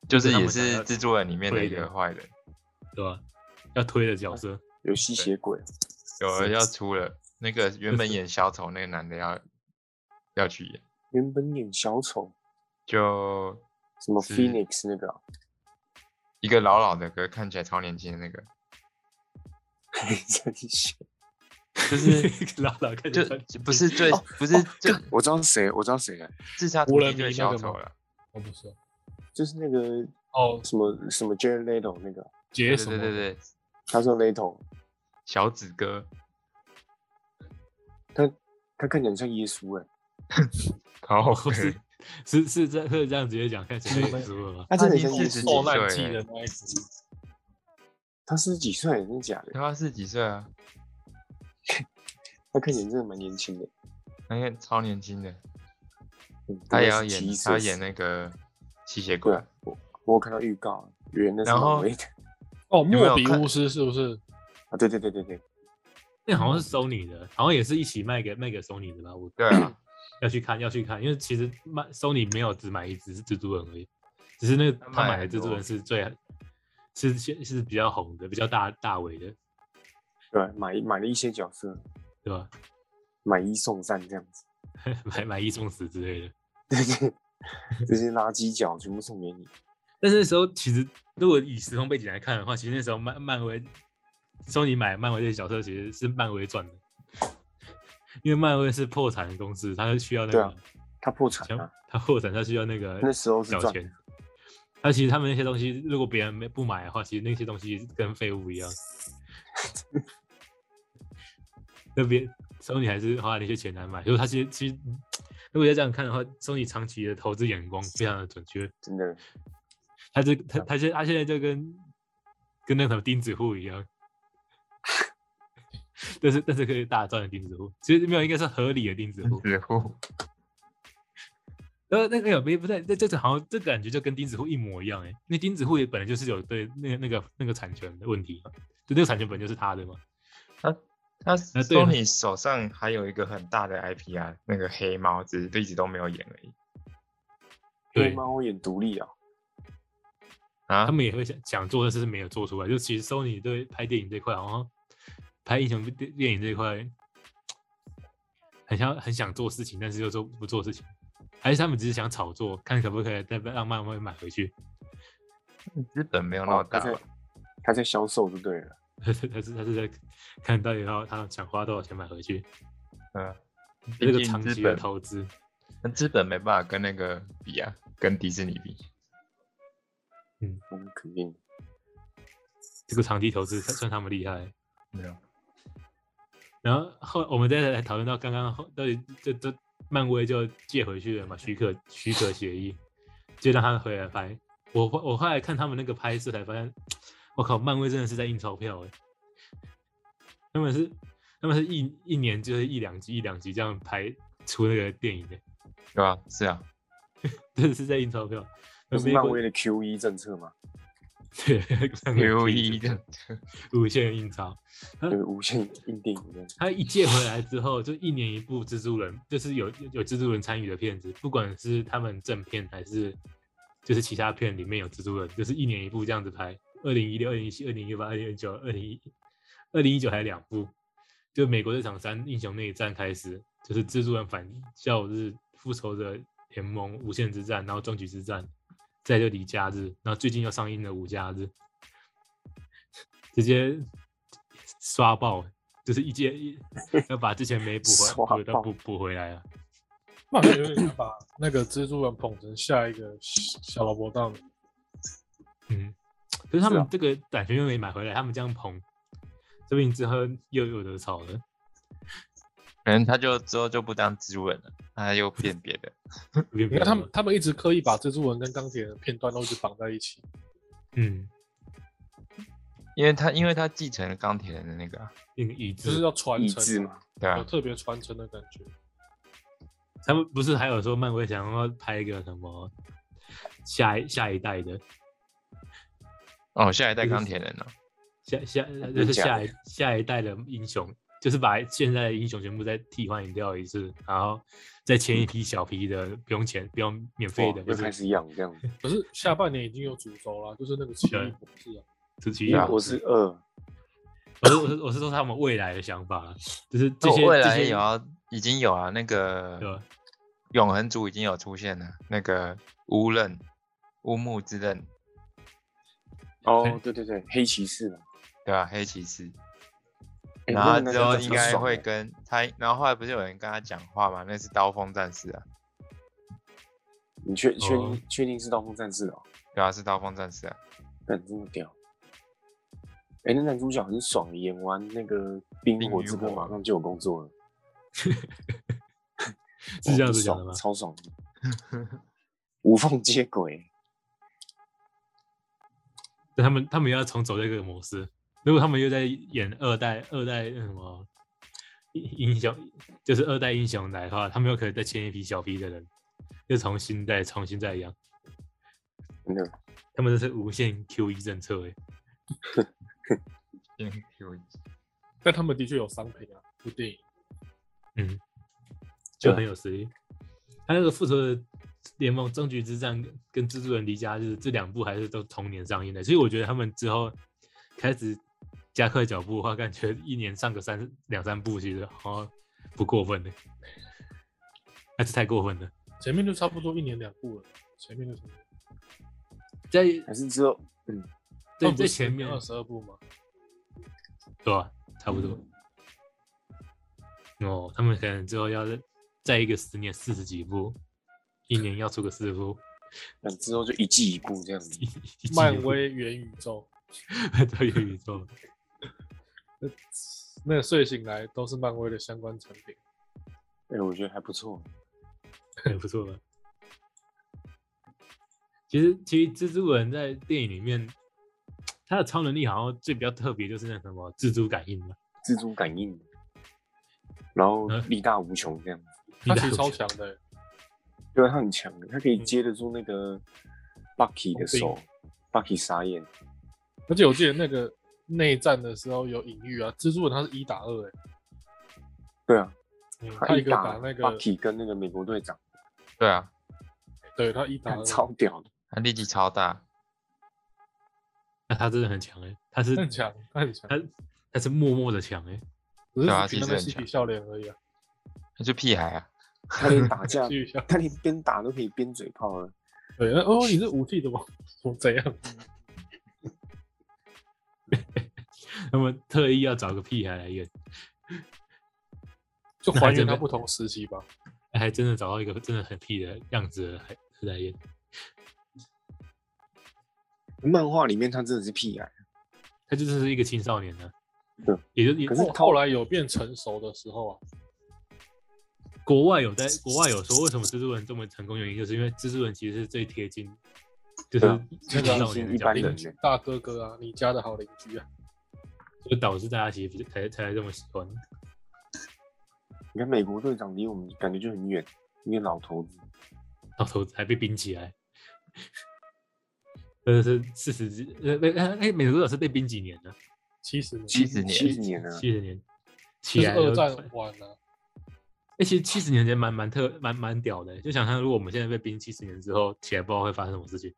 [SPEAKER 1] 就是
[SPEAKER 2] 他
[SPEAKER 1] 也
[SPEAKER 2] 们想
[SPEAKER 1] 是
[SPEAKER 2] 要
[SPEAKER 1] 蜘蛛人里面的
[SPEAKER 2] 推
[SPEAKER 1] 一
[SPEAKER 2] 的
[SPEAKER 1] 个坏人，
[SPEAKER 2] 对吧、要推的角色。
[SPEAKER 3] 有吸血鬼啊，
[SPEAKER 1] 有人要出了，那个原本演小丑那个男的要要去演，
[SPEAKER 3] 原本演小丑，
[SPEAKER 1] 就
[SPEAKER 3] 什么
[SPEAKER 1] 是
[SPEAKER 3] Phoenix 那个啊，
[SPEAKER 1] 一个老老的，可是看起来超年轻的那个，
[SPEAKER 3] 真是
[SPEAKER 1] 就是
[SPEAKER 2] 老老看
[SPEAKER 1] 就
[SPEAKER 2] 着他
[SPEAKER 1] 就不是最不是
[SPEAKER 3] 哦
[SPEAKER 1] 最
[SPEAKER 3] 干我知道谁，我知道谁了，啊
[SPEAKER 1] 自杀
[SPEAKER 4] 无
[SPEAKER 1] 突
[SPEAKER 4] 人
[SPEAKER 1] 击队
[SPEAKER 4] 迷那
[SPEAKER 1] 小
[SPEAKER 4] 个
[SPEAKER 1] 丑
[SPEAKER 4] 吗
[SPEAKER 1] 了，
[SPEAKER 4] 哦不是哦
[SPEAKER 3] 就是那个
[SPEAKER 4] 哦，
[SPEAKER 3] 什么什么 Jared Leto 那个，啊
[SPEAKER 4] 杰
[SPEAKER 1] 对
[SPEAKER 4] 什
[SPEAKER 1] 对
[SPEAKER 4] 么？
[SPEAKER 1] 对对，
[SPEAKER 3] 他说 Leto，
[SPEAKER 1] 小紫哥，
[SPEAKER 3] 他看起来很像耶稣哎，
[SPEAKER 1] 好
[SPEAKER 2] 哦，是是是这是这样直接讲，看起来也输了吗？
[SPEAKER 3] 他真的
[SPEAKER 1] 已
[SPEAKER 3] 很
[SPEAKER 1] 经40
[SPEAKER 3] 像耶
[SPEAKER 4] 受
[SPEAKER 1] 几
[SPEAKER 3] 稣，欸
[SPEAKER 4] 难记的那一集，
[SPEAKER 3] 他四十几岁，真的假的？
[SPEAKER 1] 他是几岁啊？
[SPEAKER 3] 他看起来真的蛮年轻的，
[SPEAKER 1] 那个超年轻的，
[SPEAKER 3] 嗯
[SPEAKER 1] 他也要
[SPEAKER 3] 大概
[SPEAKER 1] 演
[SPEAKER 3] 是七，
[SPEAKER 1] 他
[SPEAKER 3] 岁
[SPEAKER 1] 要演那个吸血
[SPEAKER 3] 对
[SPEAKER 1] 鬼
[SPEAKER 3] 啊，，我我有看到预告，原来那是
[SPEAKER 1] 然后
[SPEAKER 3] 漫威的
[SPEAKER 4] 哦，
[SPEAKER 1] 没有
[SPEAKER 4] 莫比
[SPEAKER 1] 看
[SPEAKER 4] 乌斯是不是？
[SPEAKER 3] 啊，对对对对对，
[SPEAKER 2] 那好像是 Sony 的，好像也是一起卖给卖给 Sony 的吧？我
[SPEAKER 1] 对 啊，
[SPEAKER 2] 要去看，要去看，因为其实卖 Sony 没有只买一只是蜘蛛人而已，只是那个
[SPEAKER 1] 他
[SPEAKER 2] 他
[SPEAKER 1] 买
[SPEAKER 2] 买的
[SPEAKER 1] 很
[SPEAKER 2] 蜘蛛
[SPEAKER 1] 多
[SPEAKER 2] 人是最是是是比较红的，比较大大尾的，
[SPEAKER 3] 对，买买了一些角色，
[SPEAKER 2] 对吧？
[SPEAKER 3] 买一送三这样子，
[SPEAKER 2] 买买一送十之类的。
[SPEAKER 3] 对对，这些垃圾角全部送给你，
[SPEAKER 2] 但是那时候其实如果以时空背景来看的话，其实那时候漫漫威，Sony 买漫威这些角色其实是漫威赚的，因为漫威是破产的公司，它是需要那
[SPEAKER 3] 对
[SPEAKER 2] 个、
[SPEAKER 3] 啊他破产
[SPEAKER 2] 想
[SPEAKER 3] 了，
[SPEAKER 2] 他破产，他需要那个
[SPEAKER 3] 那时候是
[SPEAKER 2] 小
[SPEAKER 3] 赚
[SPEAKER 2] 钱。那其实他们那些东西，如果别人没不买的话，其实那些东西跟废物一 样。那边 Sony 还是花那些钱来买，所以他其实其实，如果要这样看的话，Sony 长期的投资眼光非常的准确。
[SPEAKER 3] 真的，
[SPEAKER 2] 他这他
[SPEAKER 3] 啊
[SPEAKER 2] 他现他现在就跟跟那什么钉子户一 样，但是但是可以大赚的钉子户，其实没有应该是合理的钉子户。
[SPEAKER 1] 紫户，
[SPEAKER 2] 呃，那个有没不对，这这个好像这感觉就跟钉子户一模一样哎、欸，那钉子户也本来就是有对那个那个那个产权的问题嘛，就那个产权本来就是他的嘛。
[SPEAKER 1] 他
[SPEAKER 2] 那啊对了
[SPEAKER 1] Sony 手上还有一个很大的 IP 啊，那个黑猫，只是一直都没有演而已
[SPEAKER 2] 对
[SPEAKER 3] 黑猫演独立啊，
[SPEAKER 1] 啊
[SPEAKER 2] 他。们也会想想做，但是没有做出来。就其实 Sony 对拍电影这块，好像拍英雄电电影这一块，很像很想做事情，但是又做不做事情，还是他们只是想炒作，看可不可以再让漫威买回去。
[SPEAKER 1] 资本没有那么
[SPEAKER 3] 哦他
[SPEAKER 1] 大吧
[SPEAKER 3] 在？他在销售就对了，
[SPEAKER 2] 他是他是他是在看到底要他想花多少钱买回去，
[SPEAKER 1] 嗯，
[SPEAKER 2] 这
[SPEAKER 1] 毕
[SPEAKER 2] 个
[SPEAKER 1] 竟
[SPEAKER 2] 长
[SPEAKER 1] 资
[SPEAKER 2] 期的
[SPEAKER 1] 本
[SPEAKER 2] 投资。
[SPEAKER 1] 那资本没办法跟那个比啊，跟迪士尼比。
[SPEAKER 3] 嗯，肯定。
[SPEAKER 2] 这个长期投资算算他们厉害。
[SPEAKER 1] 没有，
[SPEAKER 2] 然后后我们再来讨论到刚刚后到底这这漫威就借回去了嘛，许可许可协议，就让他回来拍。我后我后来看他们那个拍摄才发现，我靠，漫威真的是在印钞票哎，他们是他们是一一年就是一两集一两集这样拍出那个电影的，
[SPEAKER 1] 对吧、是啊，
[SPEAKER 2] 真的是在印钞票。
[SPEAKER 3] 这是
[SPEAKER 2] 美
[SPEAKER 3] 漫
[SPEAKER 2] 国
[SPEAKER 3] 威的 Q E 政策嘛？
[SPEAKER 2] 对， 漫威
[SPEAKER 1] 留意 E 的，
[SPEAKER 2] 无限印钞。
[SPEAKER 3] 对，无限 印电影这样。
[SPEAKER 2] 他一借回来之后，就一年一部蜘蛛人，就是有有蜘蛛人参与的片子，不管是他们正片还是就是其他片里面有蜘蛛人，就是一年一部这样子拍。二零一六、二零一七、二零一八、二零一九、二零一二零一九还两部，就美国这场三英雄内战开始，就是蜘蛛人反校日、复仇者联盟、无限之战，然后终局之战，再就离家日，然后最近又上映了无家日，直接刷爆，就是一接 一要把之前没补
[SPEAKER 3] 刷
[SPEAKER 2] 回，
[SPEAKER 3] 爆
[SPEAKER 2] 补补回来啊。
[SPEAKER 4] 那好像有点把那个蜘蛛人捧成下一个小老伯大人。
[SPEAKER 2] 嗯，可是他
[SPEAKER 3] 是啊
[SPEAKER 2] 们这个版权又没买回来，他们这样捧，说不定之后又有得吵了。
[SPEAKER 1] 可能他就之后就不当蜘蛛人了，他又变别的。
[SPEAKER 2] 你
[SPEAKER 4] 你看
[SPEAKER 1] 嗯
[SPEAKER 4] 他们，他们一直刻意把蜘蛛人跟钢铁人的片段都一直绑在一起。
[SPEAKER 2] 嗯，
[SPEAKER 1] 因为他因为他继承了钢铁人的那个啊、
[SPEAKER 2] 那个椅
[SPEAKER 4] 就
[SPEAKER 2] 子，
[SPEAKER 4] 是要传
[SPEAKER 3] 意
[SPEAKER 4] 承，啊
[SPEAKER 3] 志嘛，
[SPEAKER 1] 对啊吧、
[SPEAKER 4] 有特别传承的感觉。
[SPEAKER 2] 他们不是还有说漫威想要拍一个什么下一下一代的
[SPEAKER 1] 哦，下一代钢铁人了、
[SPEAKER 2] 下下
[SPEAKER 3] 真
[SPEAKER 2] 就是
[SPEAKER 3] 嗯假
[SPEAKER 2] 下
[SPEAKER 3] 的
[SPEAKER 2] 一下一代的英雄，就是把现在的英雄全部再替换掉一次，然后再签一批小批的，不用钱，不用免费
[SPEAKER 3] 哦
[SPEAKER 2] 的，，不
[SPEAKER 3] 又开
[SPEAKER 2] 是
[SPEAKER 3] 始养这样。
[SPEAKER 4] 可是下半年已经有主轴啦，就是那个奇异博士啊，
[SPEAKER 2] 自己
[SPEAKER 3] 因为 我是二，
[SPEAKER 2] 我是我是我是说他们未来的想法啦，就是这
[SPEAKER 1] 那我
[SPEAKER 2] 些
[SPEAKER 1] 哦未
[SPEAKER 2] 这
[SPEAKER 1] 来
[SPEAKER 2] 些
[SPEAKER 1] 也要已经有啊，那
[SPEAKER 2] 对吧
[SPEAKER 1] 个永恒族已经有出现了，那个乌刃、乌木之刃，
[SPEAKER 3] 哦，对对对，黑骑士嘛。
[SPEAKER 1] 对吧、黑骑士，
[SPEAKER 3] 诶
[SPEAKER 1] 然后
[SPEAKER 3] 哎那个
[SPEAKER 1] 之后
[SPEAKER 3] 男生
[SPEAKER 1] 应
[SPEAKER 3] 长得
[SPEAKER 1] 该
[SPEAKER 3] 爽
[SPEAKER 1] 会
[SPEAKER 3] 欸
[SPEAKER 1] 跟他，然后后来不是有人跟他讲话嘛？那是刀锋战士啊，
[SPEAKER 3] 你确确
[SPEAKER 2] 哦
[SPEAKER 3] 定确定是刀锋战士哦？
[SPEAKER 1] 对啊，是刀锋战士啊，
[SPEAKER 3] 干这么屌！哎、那男主角很爽，欸演完那个《冰
[SPEAKER 1] 冰
[SPEAKER 3] 火
[SPEAKER 1] 与
[SPEAKER 3] 之歌》
[SPEAKER 1] 火
[SPEAKER 3] 马上就有工作了，
[SPEAKER 2] 是这样子讲的
[SPEAKER 3] 爽
[SPEAKER 2] 吗？
[SPEAKER 3] 超爽的，无缝接轨。
[SPEAKER 2] 对他们他们要重走这个模式。如果他们又在演二代二代那什么英英雄，就是二代英雄来的话，他们又可以再签一批小批的人，又重新再重新再养。
[SPEAKER 3] 真的，
[SPEAKER 2] 他们这是无限 QE 政策欸诶，
[SPEAKER 1] 嗯有
[SPEAKER 4] 但他们的确有商品啊，这部电影。
[SPEAKER 2] 嗯，
[SPEAKER 4] 啊
[SPEAKER 2] 就很有实力。他那个复仇者联盟终局之战跟跟蜘蛛人离家日这两部还是都同年上映的，所以我觉得他们之后开始加快脚步的话，感觉一年上个三两三部其实好像不过分的，还是太过分了。
[SPEAKER 4] 前面就差不多一年两部了，前面就差不多
[SPEAKER 2] 在
[SPEAKER 3] 还是之后
[SPEAKER 4] 他
[SPEAKER 2] 在
[SPEAKER 4] 哦们不
[SPEAKER 2] 在
[SPEAKER 4] 是
[SPEAKER 2] 前面
[SPEAKER 4] 二十二部嘛，
[SPEAKER 2] 对吧、差不多。
[SPEAKER 4] 嗯
[SPEAKER 2] 哦，他们可能之后要在在一个十年四十几部，一年要出个四部，
[SPEAKER 3] 那之后就一季一部这样子，
[SPEAKER 2] 一季
[SPEAKER 4] 漫
[SPEAKER 2] 有
[SPEAKER 4] 威元宇宙，
[SPEAKER 2] 都有宇宙。
[SPEAKER 4] 那那个睡醒来都是漫威的相关产品。
[SPEAKER 3] 哎、我觉得还不错。
[SPEAKER 2] 很哎不错了。其实，其实蜘蛛人在电影里面，他的超能力好像最比较特别就是那什么蜘蛛感应嘛，
[SPEAKER 3] 蜘蛛感应，然后
[SPEAKER 2] 嗯
[SPEAKER 3] 力大无穷这样子，
[SPEAKER 4] 他其实超强的欸、
[SPEAKER 3] 对啊，他很强的，他可以接得住那个 Bucky 的手，Bucky 傻眼，
[SPEAKER 4] 而且我记得那个内战的时候有隐喻啊，蜘蛛人他是一打二哎、
[SPEAKER 3] 对啊，
[SPEAKER 4] 嗯
[SPEAKER 3] 他
[SPEAKER 4] 他
[SPEAKER 3] 一
[SPEAKER 4] 一个
[SPEAKER 3] 打
[SPEAKER 4] 打那个，
[SPEAKER 3] Bucky 跟那个美国队长，
[SPEAKER 1] 对啊，
[SPEAKER 4] 对他一打
[SPEAKER 3] 干
[SPEAKER 4] 二，
[SPEAKER 3] 超屌的，
[SPEAKER 1] 他力气超大，
[SPEAKER 2] 那他真的很强哎、他是
[SPEAKER 4] 他很强，他很强，
[SPEAKER 2] 他他是默默的强哎、
[SPEAKER 4] 只是
[SPEAKER 1] 对啊其
[SPEAKER 4] 比那
[SPEAKER 1] 实
[SPEAKER 4] 个
[SPEAKER 1] 很
[SPEAKER 4] 嬉皮
[SPEAKER 1] 强
[SPEAKER 4] 笑脸而已啊，
[SPEAKER 1] 他就屁孩啊，
[SPEAKER 3] 他连打架
[SPEAKER 4] 嬉皮笑。
[SPEAKER 3] 他连边打都可以边嘴炮了。
[SPEAKER 4] 对，那哦，你是武器的吗？怎么怎样？
[SPEAKER 2] 他们特意要找个屁孩来演，
[SPEAKER 4] 就还原它不同时期吧。
[SPEAKER 2] 还真的找到一个真的很屁的样子的还来演。
[SPEAKER 3] 漫画里面他真的是屁孩，
[SPEAKER 2] 他就真是一个青少年呢、
[SPEAKER 3] 对
[SPEAKER 2] 也就也
[SPEAKER 3] 可是
[SPEAKER 4] 后后来有变成熟的时候啊，
[SPEAKER 2] 国外有在国外有说，为什么蜘蛛人这么成功？原因就是因为蜘蛛人其实是最贴近，就是
[SPEAKER 3] 对啊
[SPEAKER 2] 青少年的角
[SPEAKER 3] 一般
[SPEAKER 2] 度
[SPEAKER 3] 人
[SPEAKER 4] 邻，居大哥哥啊，你家的好邻居啊，
[SPEAKER 2] 就导致大家其实比才才这么喜欢。
[SPEAKER 3] 你看美国队长离我们感觉就很远，一个老头子，
[SPEAKER 2] 到头还被冰起来，真的是四十几呃哎哎哎，美国多少是被冰几年呢？
[SPEAKER 4] 七十年，
[SPEAKER 1] 70年
[SPEAKER 3] 七十年了，
[SPEAKER 2] 七十年起
[SPEAKER 4] 就是
[SPEAKER 2] 来了
[SPEAKER 4] 二战啊完了、
[SPEAKER 2] 哎、其实七十年前蛮蛮特蛮蛮屌的，欸就想象如果我们现在被冰七十年之后起来，不知道会发生什么事情。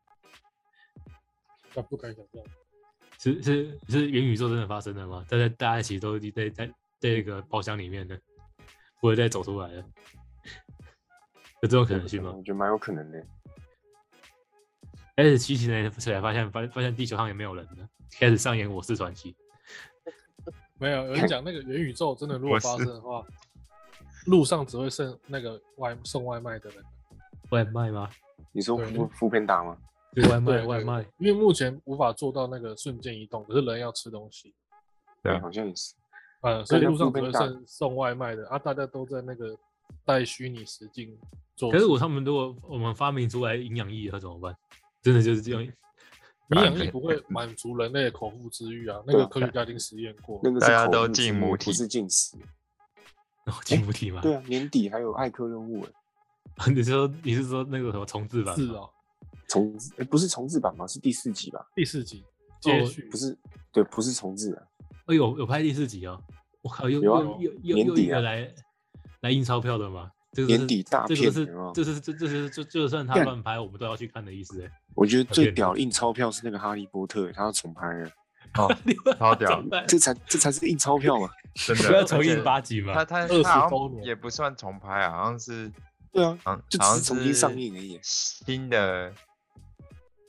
[SPEAKER 4] 那不敢想象。
[SPEAKER 2] 是是是元宇宙真的发生了吗？大家大家其实都已经在在在一个包厢里面呢，不会再走出来了，有这种可能性吗？
[SPEAKER 3] 我觉得蛮有可能的。
[SPEAKER 2] 而且七十年才发现发发现地球上也没有人了，开始上演《我是传奇》。
[SPEAKER 4] 没有，有人讲那个元宇宙真的如果
[SPEAKER 1] 我是
[SPEAKER 4] 发生的话，路上只会剩那个外送外卖的人，
[SPEAKER 2] 外卖吗？
[SPEAKER 3] 你说
[SPEAKER 4] 对
[SPEAKER 3] 副副片打吗？
[SPEAKER 2] 对，外卖
[SPEAKER 4] 对
[SPEAKER 2] 外卖，
[SPEAKER 4] 因为目前无法做到那个瞬间移动，可是人要吃东西，
[SPEAKER 1] 对
[SPEAKER 3] 哎好像也是。
[SPEAKER 4] 呃，所以
[SPEAKER 3] 那
[SPEAKER 4] 路上只
[SPEAKER 3] 不跟
[SPEAKER 4] 会
[SPEAKER 3] 大
[SPEAKER 4] 剩送外卖的啊，大家都在那个带虚拟实境做事。
[SPEAKER 2] 可是我他们如果我们发明出来营养液盒怎么办？真的就是这样，
[SPEAKER 4] 营养液不会满足人类的口腹之欲啊，那
[SPEAKER 3] 对
[SPEAKER 4] 个
[SPEAKER 3] 啊
[SPEAKER 4] 科学家已经实验过。
[SPEAKER 3] 那个
[SPEAKER 1] 大
[SPEAKER 3] 是
[SPEAKER 1] 家
[SPEAKER 3] 口
[SPEAKER 1] 都
[SPEAKER 3] 述
[SPEAKER 1] 进
[SPEAKER 3] 之
[SPEAKER 1] 母
[SPEAKER 3] 路
[SPEAKER 1] 体
[SPEAKER 3] 不是进食。
[SPEAKER 2] 然后进不哦体吗？
[SPEAKER 3] 对啊，年底还有艾克任务 哎，
[SPEAKER 2] 你是说你是说那个什么重置版？
[SPEAKER 4] 是，哦，
[SPEAKER 3] 重哎不是重置版吗？是第四集吧？
[SPEAKER 4] 第四集接续
[SPEAKER 3] 哦不是，对，不是重置啊。
[SPEAKER 2] 哎呦，有拍第四集哦！我靠，又
[SPEAKER 3] 有啊
[SPEAKER 2] 又又又
[SPEAKER 3] 年
[SPEAKER 2] 又
[SPEAKER 3] 底
[SPEAKER 2] 一个
[SPEAKER 3] 啊
[SPEAKER 2] 来来印钞票的嘛？这个是
[SPEAKER 3] 年底大
[SPEAKER 2] 这
[SPEAKER 3] 片
[SPEAKER 2] 个，是
[SPEAKER 3] 有没有
[SPEAKER 2] 这是这这是这就算他
[SPEAKER 3] 干
[SPEAKER 2] 乱拍，我们都要去看的意思哎。
[SPEAKER 3] 我觉得最
[SPEAKER 2] 片
[SPEAKER 3] 屌印钞票是那个《哈利波特》，他要重拍了，
[SPEAKER 1] 哦，超屌
[SPEAKER 2] 怎么办
[SPEAKER 3] 这才这才是印钞票 嘛。
[SPEAKER 1] 真的。
[SPEAKER 2] 不要
[SPEAKER 1] 而
[SPEAKER 2] 重
[SPEAKER 1] 且
[SPEAKER 2] 印八集
[SPEAKER 1] 他
[SPEAKER 2] 嘛？
[SPEAKER 1] 他
[SPEAKER 4] 20
[SPEAKER 1] 他好
[SPEAKER 4] 周
[SPEAKER 1] 像
[SPEAKER 4] 年
[SPEAKER 1] 也不算重拍啊，好像是
[SPEAKER 3] 对啊，
[SPEAKER 1] 好像
[SPEAKER 3] 就只
[SPEAKER 1] 好像
[SPEAKER 3] 是重新上映而已
[SPEAKER 1] 新的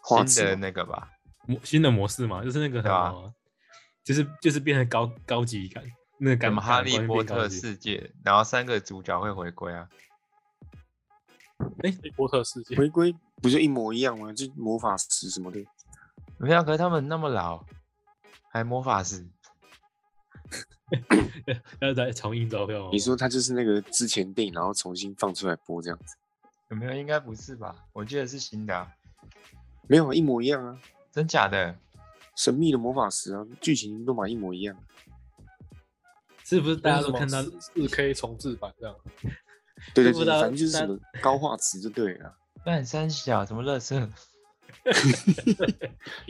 [SPEAKER 3] 画质
[SPEAKER 1] 新的
[SPEAKER 3] 嘛
[SPEAKER 1] 那个吧，
[SPEAKER 2] 模新的模式嘛，就是那个什
[SPEAKER 1] 对啊
[SPEAKER 2] 么，就是就是变成高高级感，那个
[SPEAKER 1] 什
[SPEAKER 2] 感
[SPEAKER 1] 么哈
[SPEAKER 2] 感
[SPEAKER 1] 利
[SPEAKER 2] 官
[SPEAKER 1] 波
[SPEAKER 2] 变高
[SPEAKER 1] 特
[SPEAKER 2] 级
[SPEAKER 1] 世界，然后三个主角会回归啊，
[SPEAKER 4] 《哈利波特》世界，
[SPEAKER 3] 回归不就一模一样吗？就魔法石什么的，
[SPEAKER 1] 没有，可是他们那么老，还魔法师，
[SPEAKER 2] 要再重印钞票吗？
[SPEAKER 3] 你说他就是那个之前电影，然后重新放出来播这样子，
[SPEAKER 1] 有没有？应该不是吧？我记得是新的、啊，
[SPEAKER 3] 没有一模一样啊。
[SPEAKER 1] 真假的？
[SPEAKER 3] 神秘的魔法石啊，剧情都蛮一模一样。
[SPEAKER 2] 是不是大家都看到？
[SPEAKER 4] 四 K 重置版这样，
[SPEAKER 3] 对对
[SPEAKER 2] 不知
[SPEAKER 3] 对，
[SPEAKER 2] 道
[SPEAKER 3] 反正就是
[SPEAKER 2] 大
[SPEAKER 3] 什么高画质就对 了啊。
[SPEAKER 1] 烂三小什么乐色？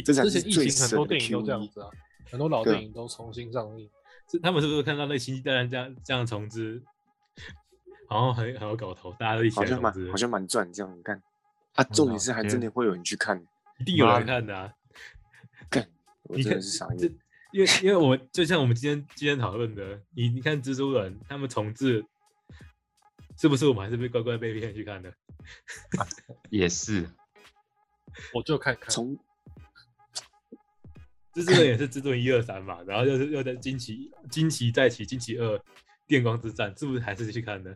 [SPEAKER 3] 这才
[SPEAKER 4] 之
[SPEAKER 3] 是
[SPEAKER 4] 前疫
[SPEAKER 3] 最
[SPEAKER 4] 情很
[SPEAKER 3] 神
[SPEAKER 4] 多
[SPEAKER 3] 的
[SPEAKER 4] 电影都
[SPEAKER 3] Q
[SPEAKER 4] 这样
[SPEAKER 3] 一。
[SPEAKER 4] 子啊，很多老
[SPEAKER 3] 对啊
[SPEAKER 4] 电影都重新上映。
[SPEAKER 2] 是他们是不是看到那个星际大战这样这样重置， 然后很很有搞头，大家都一起
[SPEAKER 3] 好
[SPEAKER 2] 来
[SPEAKER 3] 像
[SPEAKER 2] 重
[SPEAKER 3] 蛮
[SPEAKER 2] 置
[SPEAKER 3] 好，像蛮赚这样，你看啊，重点是还真的会有人去看，
[SPEAKER 2] 一定有
[SPEAKER 1] 妈
[SPEAKER 2] 人看的啊。
[SPEAKER 3] 我
[SPEAKER 2] 你
[SPEAKER 3] 真
[SPEAKER 2] 看
[SPEAKER 3] 的是傻
[SPEAKER 2] 这
[SPEAKER 3] 眼。，
[SPEAKER 2] 因为因为我们就像我们今天今天讨论的，你你看蜘蛛人他们重置，是不是我们还是被乖乖被骗去看的？
[SPEAKER 1] 也是，
[SPEAKER 4] 我就看看，
[SPEAKER 3] 从
[SPEAKER 2] 蜘蛛人也是蜘蛛人一二三嘛，然后又是又在惊奇惊奇再起惊奇二电光之战，是不是还是去看的？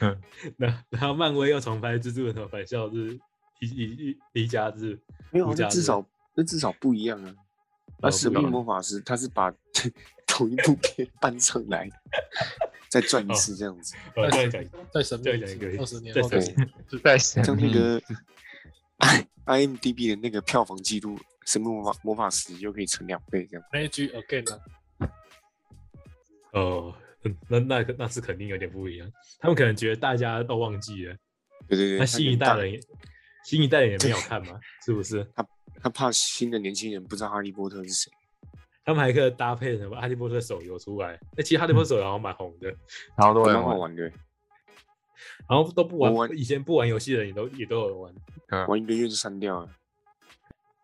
[SPEAKER 1] 嗯，
[SPEAKER 2] 那然后漫威要重拍蜘蛛人和返校日、离离离家日，
[SPEAKER 3] 没有啊
[SPEAKER 2] 无，价
[SPEAKER 3] 那至
[SPEAKER 2] 值
[SPEAKER 3] 少那至少不一样啊。
[SPEAKER 2] 哦
[SPEAKER 3] 那神
[SPEAKER 2] 不
[SPEAKER 3] 秘
[SPEAKER 2] 一样
[SPEAKER 3] 魔法师他是把 同一部片搬上来，再转一
[SPEAKER 2] 哦
[SPEAKER 3] 次这样子，
[SPEAKER 2] 呃，这样讲，
[SPEAKER 4] 在神秘
[SPEAKER 2] 再讲一个
[SPEAKER 4] 二十年
[SPEAKER 2] 再
[SPEAKER 4] 后
[SPEAKER 2] 讲
[SPEAKER 4] 的
[SPEAKER 2] 一
[SPEAKER 4] 事
[SPEAKER 3] 对
[SPEAKER 2] 个，
[SPEAKER 1] 在神
[SPEAKER 3] 像那
[SPEAKER 1] 秘
[SPEAKER 3] 个
[SPEAKER 2] 嗯
[SPEAKER 3] I IMDB 的那个票房记录，神秘魔法魔法石就可以乘两倍这样。
[SPEAKER 4] Magic Again 啊，
[SPEAKER 2] 哦，嗯那那个那是肯定有点不一样，他们可能觉得大家都忘记了，
[SPEAKER 3] 对对对，
[SPEAKER 2] 那
[SPEAKER 3] 他
[SPEAKER 2] 新
[SPEAKER 3] 可
[SPEAKER 2] 一
[SPEAKER 3] 能
[SPEAKER 2] 代
[SPEAKER 3] 大
[SPEAKER 2] 人也新一代人也没有看嘛，是不是？
[SPEAKER 3] 他怕新的年轻人不知道哈利波特是谁，
[SPEAKER 2] 他们还可以搭配什么《哈利波特》手游出来，那其实《哈利波特》手游好像蛮红的，
[SPEAKER 1] 超多
[SPEAKER 3] 啊蛮
[SPEAKER 1] 人
[SPEAKER 3] 好
[SPEAKER 1] 玩，
[SPEAKER 3] 玩的。
[SPEAKER 2] 然后都不玩，
[SPEAKER 3] 我玩
[SPEAKER 2] 以前不玩游戏的人也都也都有玩。
[SPEAKER 1] 对啊
[SPEAKER 3] 玩一个月就删掉啊了，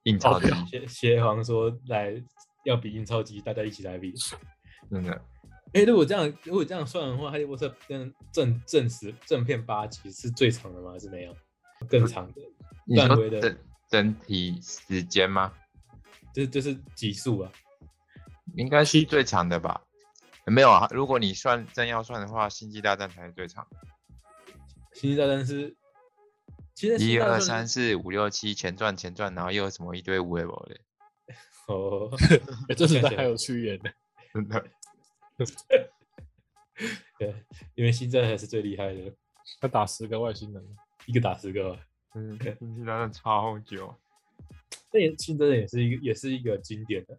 [SPEAKER 1] 印钞票，
[SPEAKER 2] 协协皇说来要比印钞机，大家一起来比。
[SPEAKER 1] 真的
[SPEAKER 2] 哎、如果这样如果这样算的话，《哈利波特》正正正史正片八集是最长的吗？还是那样更长的？
[SPEAKER 1] 你
[SPEAKER 2] 漫
[SPEAKER 1] 说
[SPEAKER 2] 威的
[SPEAKER 1] 整整体时间吗？
[SPEAKER 2] 就是就是集数啊，
[SPEAKER 1] 应该是最长的吧？没有啊，如果你算真要算的话，《星际大战》才是最长的。
[SPEAKER 2] 星际大战是，其实
[SPEAKER 1] 一二三
[SPEAKER 2] 四
[SPEAKER 1] 四五六七前传前传，然后又有什么一堆无为博的，
[SPEAKER 2] 哦，
[SPEAKER 4] 欸这 时代还有屈原呢，
[SPEAKER 1] 真的
[SPEAKER 2] 对，因为星战还是最厉害的，
[SPEAKER 4] 他打十个外星人，
[SPEAKER 2] 一个打十个吧。
[SPEAKER 1] 嗯，星际大战超久，
[SPEAKER 2] 那也星战也是一个也是一个经典的，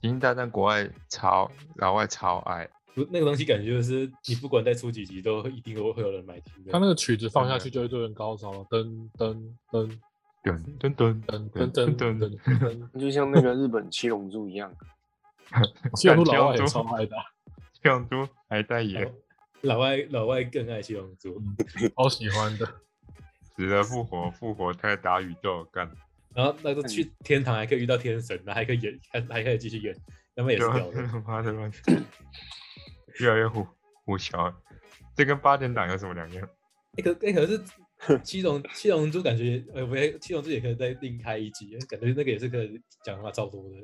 [SPEAKER 1] 星际大战国外超老外超爱，
[SPEAKER 2] 不那个东西感觉就是你不管再出几集，都一定会有人买听的。
[SPEAKER 4] 他那个曲子放
[SPEAKER 2] 嗯
[SPEAKER 4] 下去就一堆人高潮了，噔噔噔
[SPEAKER 1] 噔噔噔
[SPEAKER 4] 噔噔噔噔噔噔。
[SPEAKER 3] 就像那个日本七龙珠一样，
[SPEAKER 4] 西洋路老外也超爱的啊，
[SPEAKER 1] 这样多还在演，
[SPEAKER 2] 哦老外老外更爱七龙珠，
[SPEAKER 4] 超喜欢的。
[SPEAKER 1] 死了复活，复活再打宇宙干，
[SPEAKER 2] 然后那个去天堂还可以遇到天神，然后还可以演，还还可以继续演，他们也是
[SPEAKER 1] 就
[SPEAKER 2] 屌的。
[SPEAKER 1] 妈的乱，越来越虎虎小，这跟八点档有什么两样？
[SPEAKER 2] 那个那哎可是七龙七龙珠感觉呃不对，七龙珠也可以再另开一集，感觉那个也是可以讲话超多的。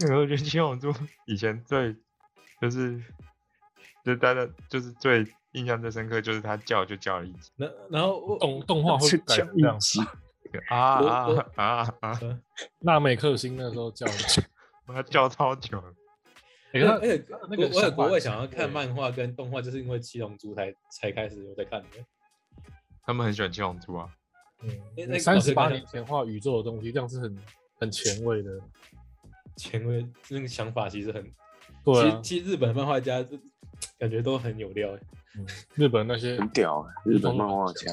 [SPEAKER 1] 那我觉得七龙 珠以前最就是就大家就是最印象最深刻，就是他叫就叫了一集
[SPEAKER 2] 那然后我
[SPEAKER 4] 动 动画会改成这样子，
[SPEAKER 1] 啊
[SPEAKER 2] 我
[SPEAKER 1] 啊
[SPEAKER 2] 我
[SPEAKER 1] 啊啊！
[SPEAKER 2] 嗯
[SPEAKER 4] 纳美克星那时候叫的，
[SPEAKER 1] 他叫超久了，
[SPEAKER 4] 哎
[SPEAKER 2] 那
[SPEAKER 4] 他
[SPEAKER 2] 而且
[SPEAKER 4] 他
[SPEAKER 2] 国
[SPEAKER 4] 那个
[SPEAKER 2] 我有
[SPEAKER 4] 想法
[SPEAKER 2] 国外
[SPEAKER 4] 很
[SPEAKER 2] 想要
[SPEAKER 4] 奇
[SPEAKER 2] 看
[SPEAKER 4] 怪
[SPEAKER 2] 漫画跟动画，就是因为七龙珠才才开始有在看的。
[SPEAKER 1] 他们很喜欢七龙珠啊。
[SPEAKER 2] 那那
[SPEAKER 4] 嗯，
[SPEAKER 2] 个
[SPEAKER 4] 三十八年前画宇宙的东西，这样是很很前卫的。
[SPEAKER 2] 前卫那个想法其实很，
[SPEAKER 4] 对
[SPEAKER 2] 其
[SPEAKER 4] 啊
[SPEAKER 2] 实，其实日本漫画家就感觉都很有料欸。
[SPEAKER 4] 日本那 些
[SPEAKER 3] 很屌啊！日本漫画 家，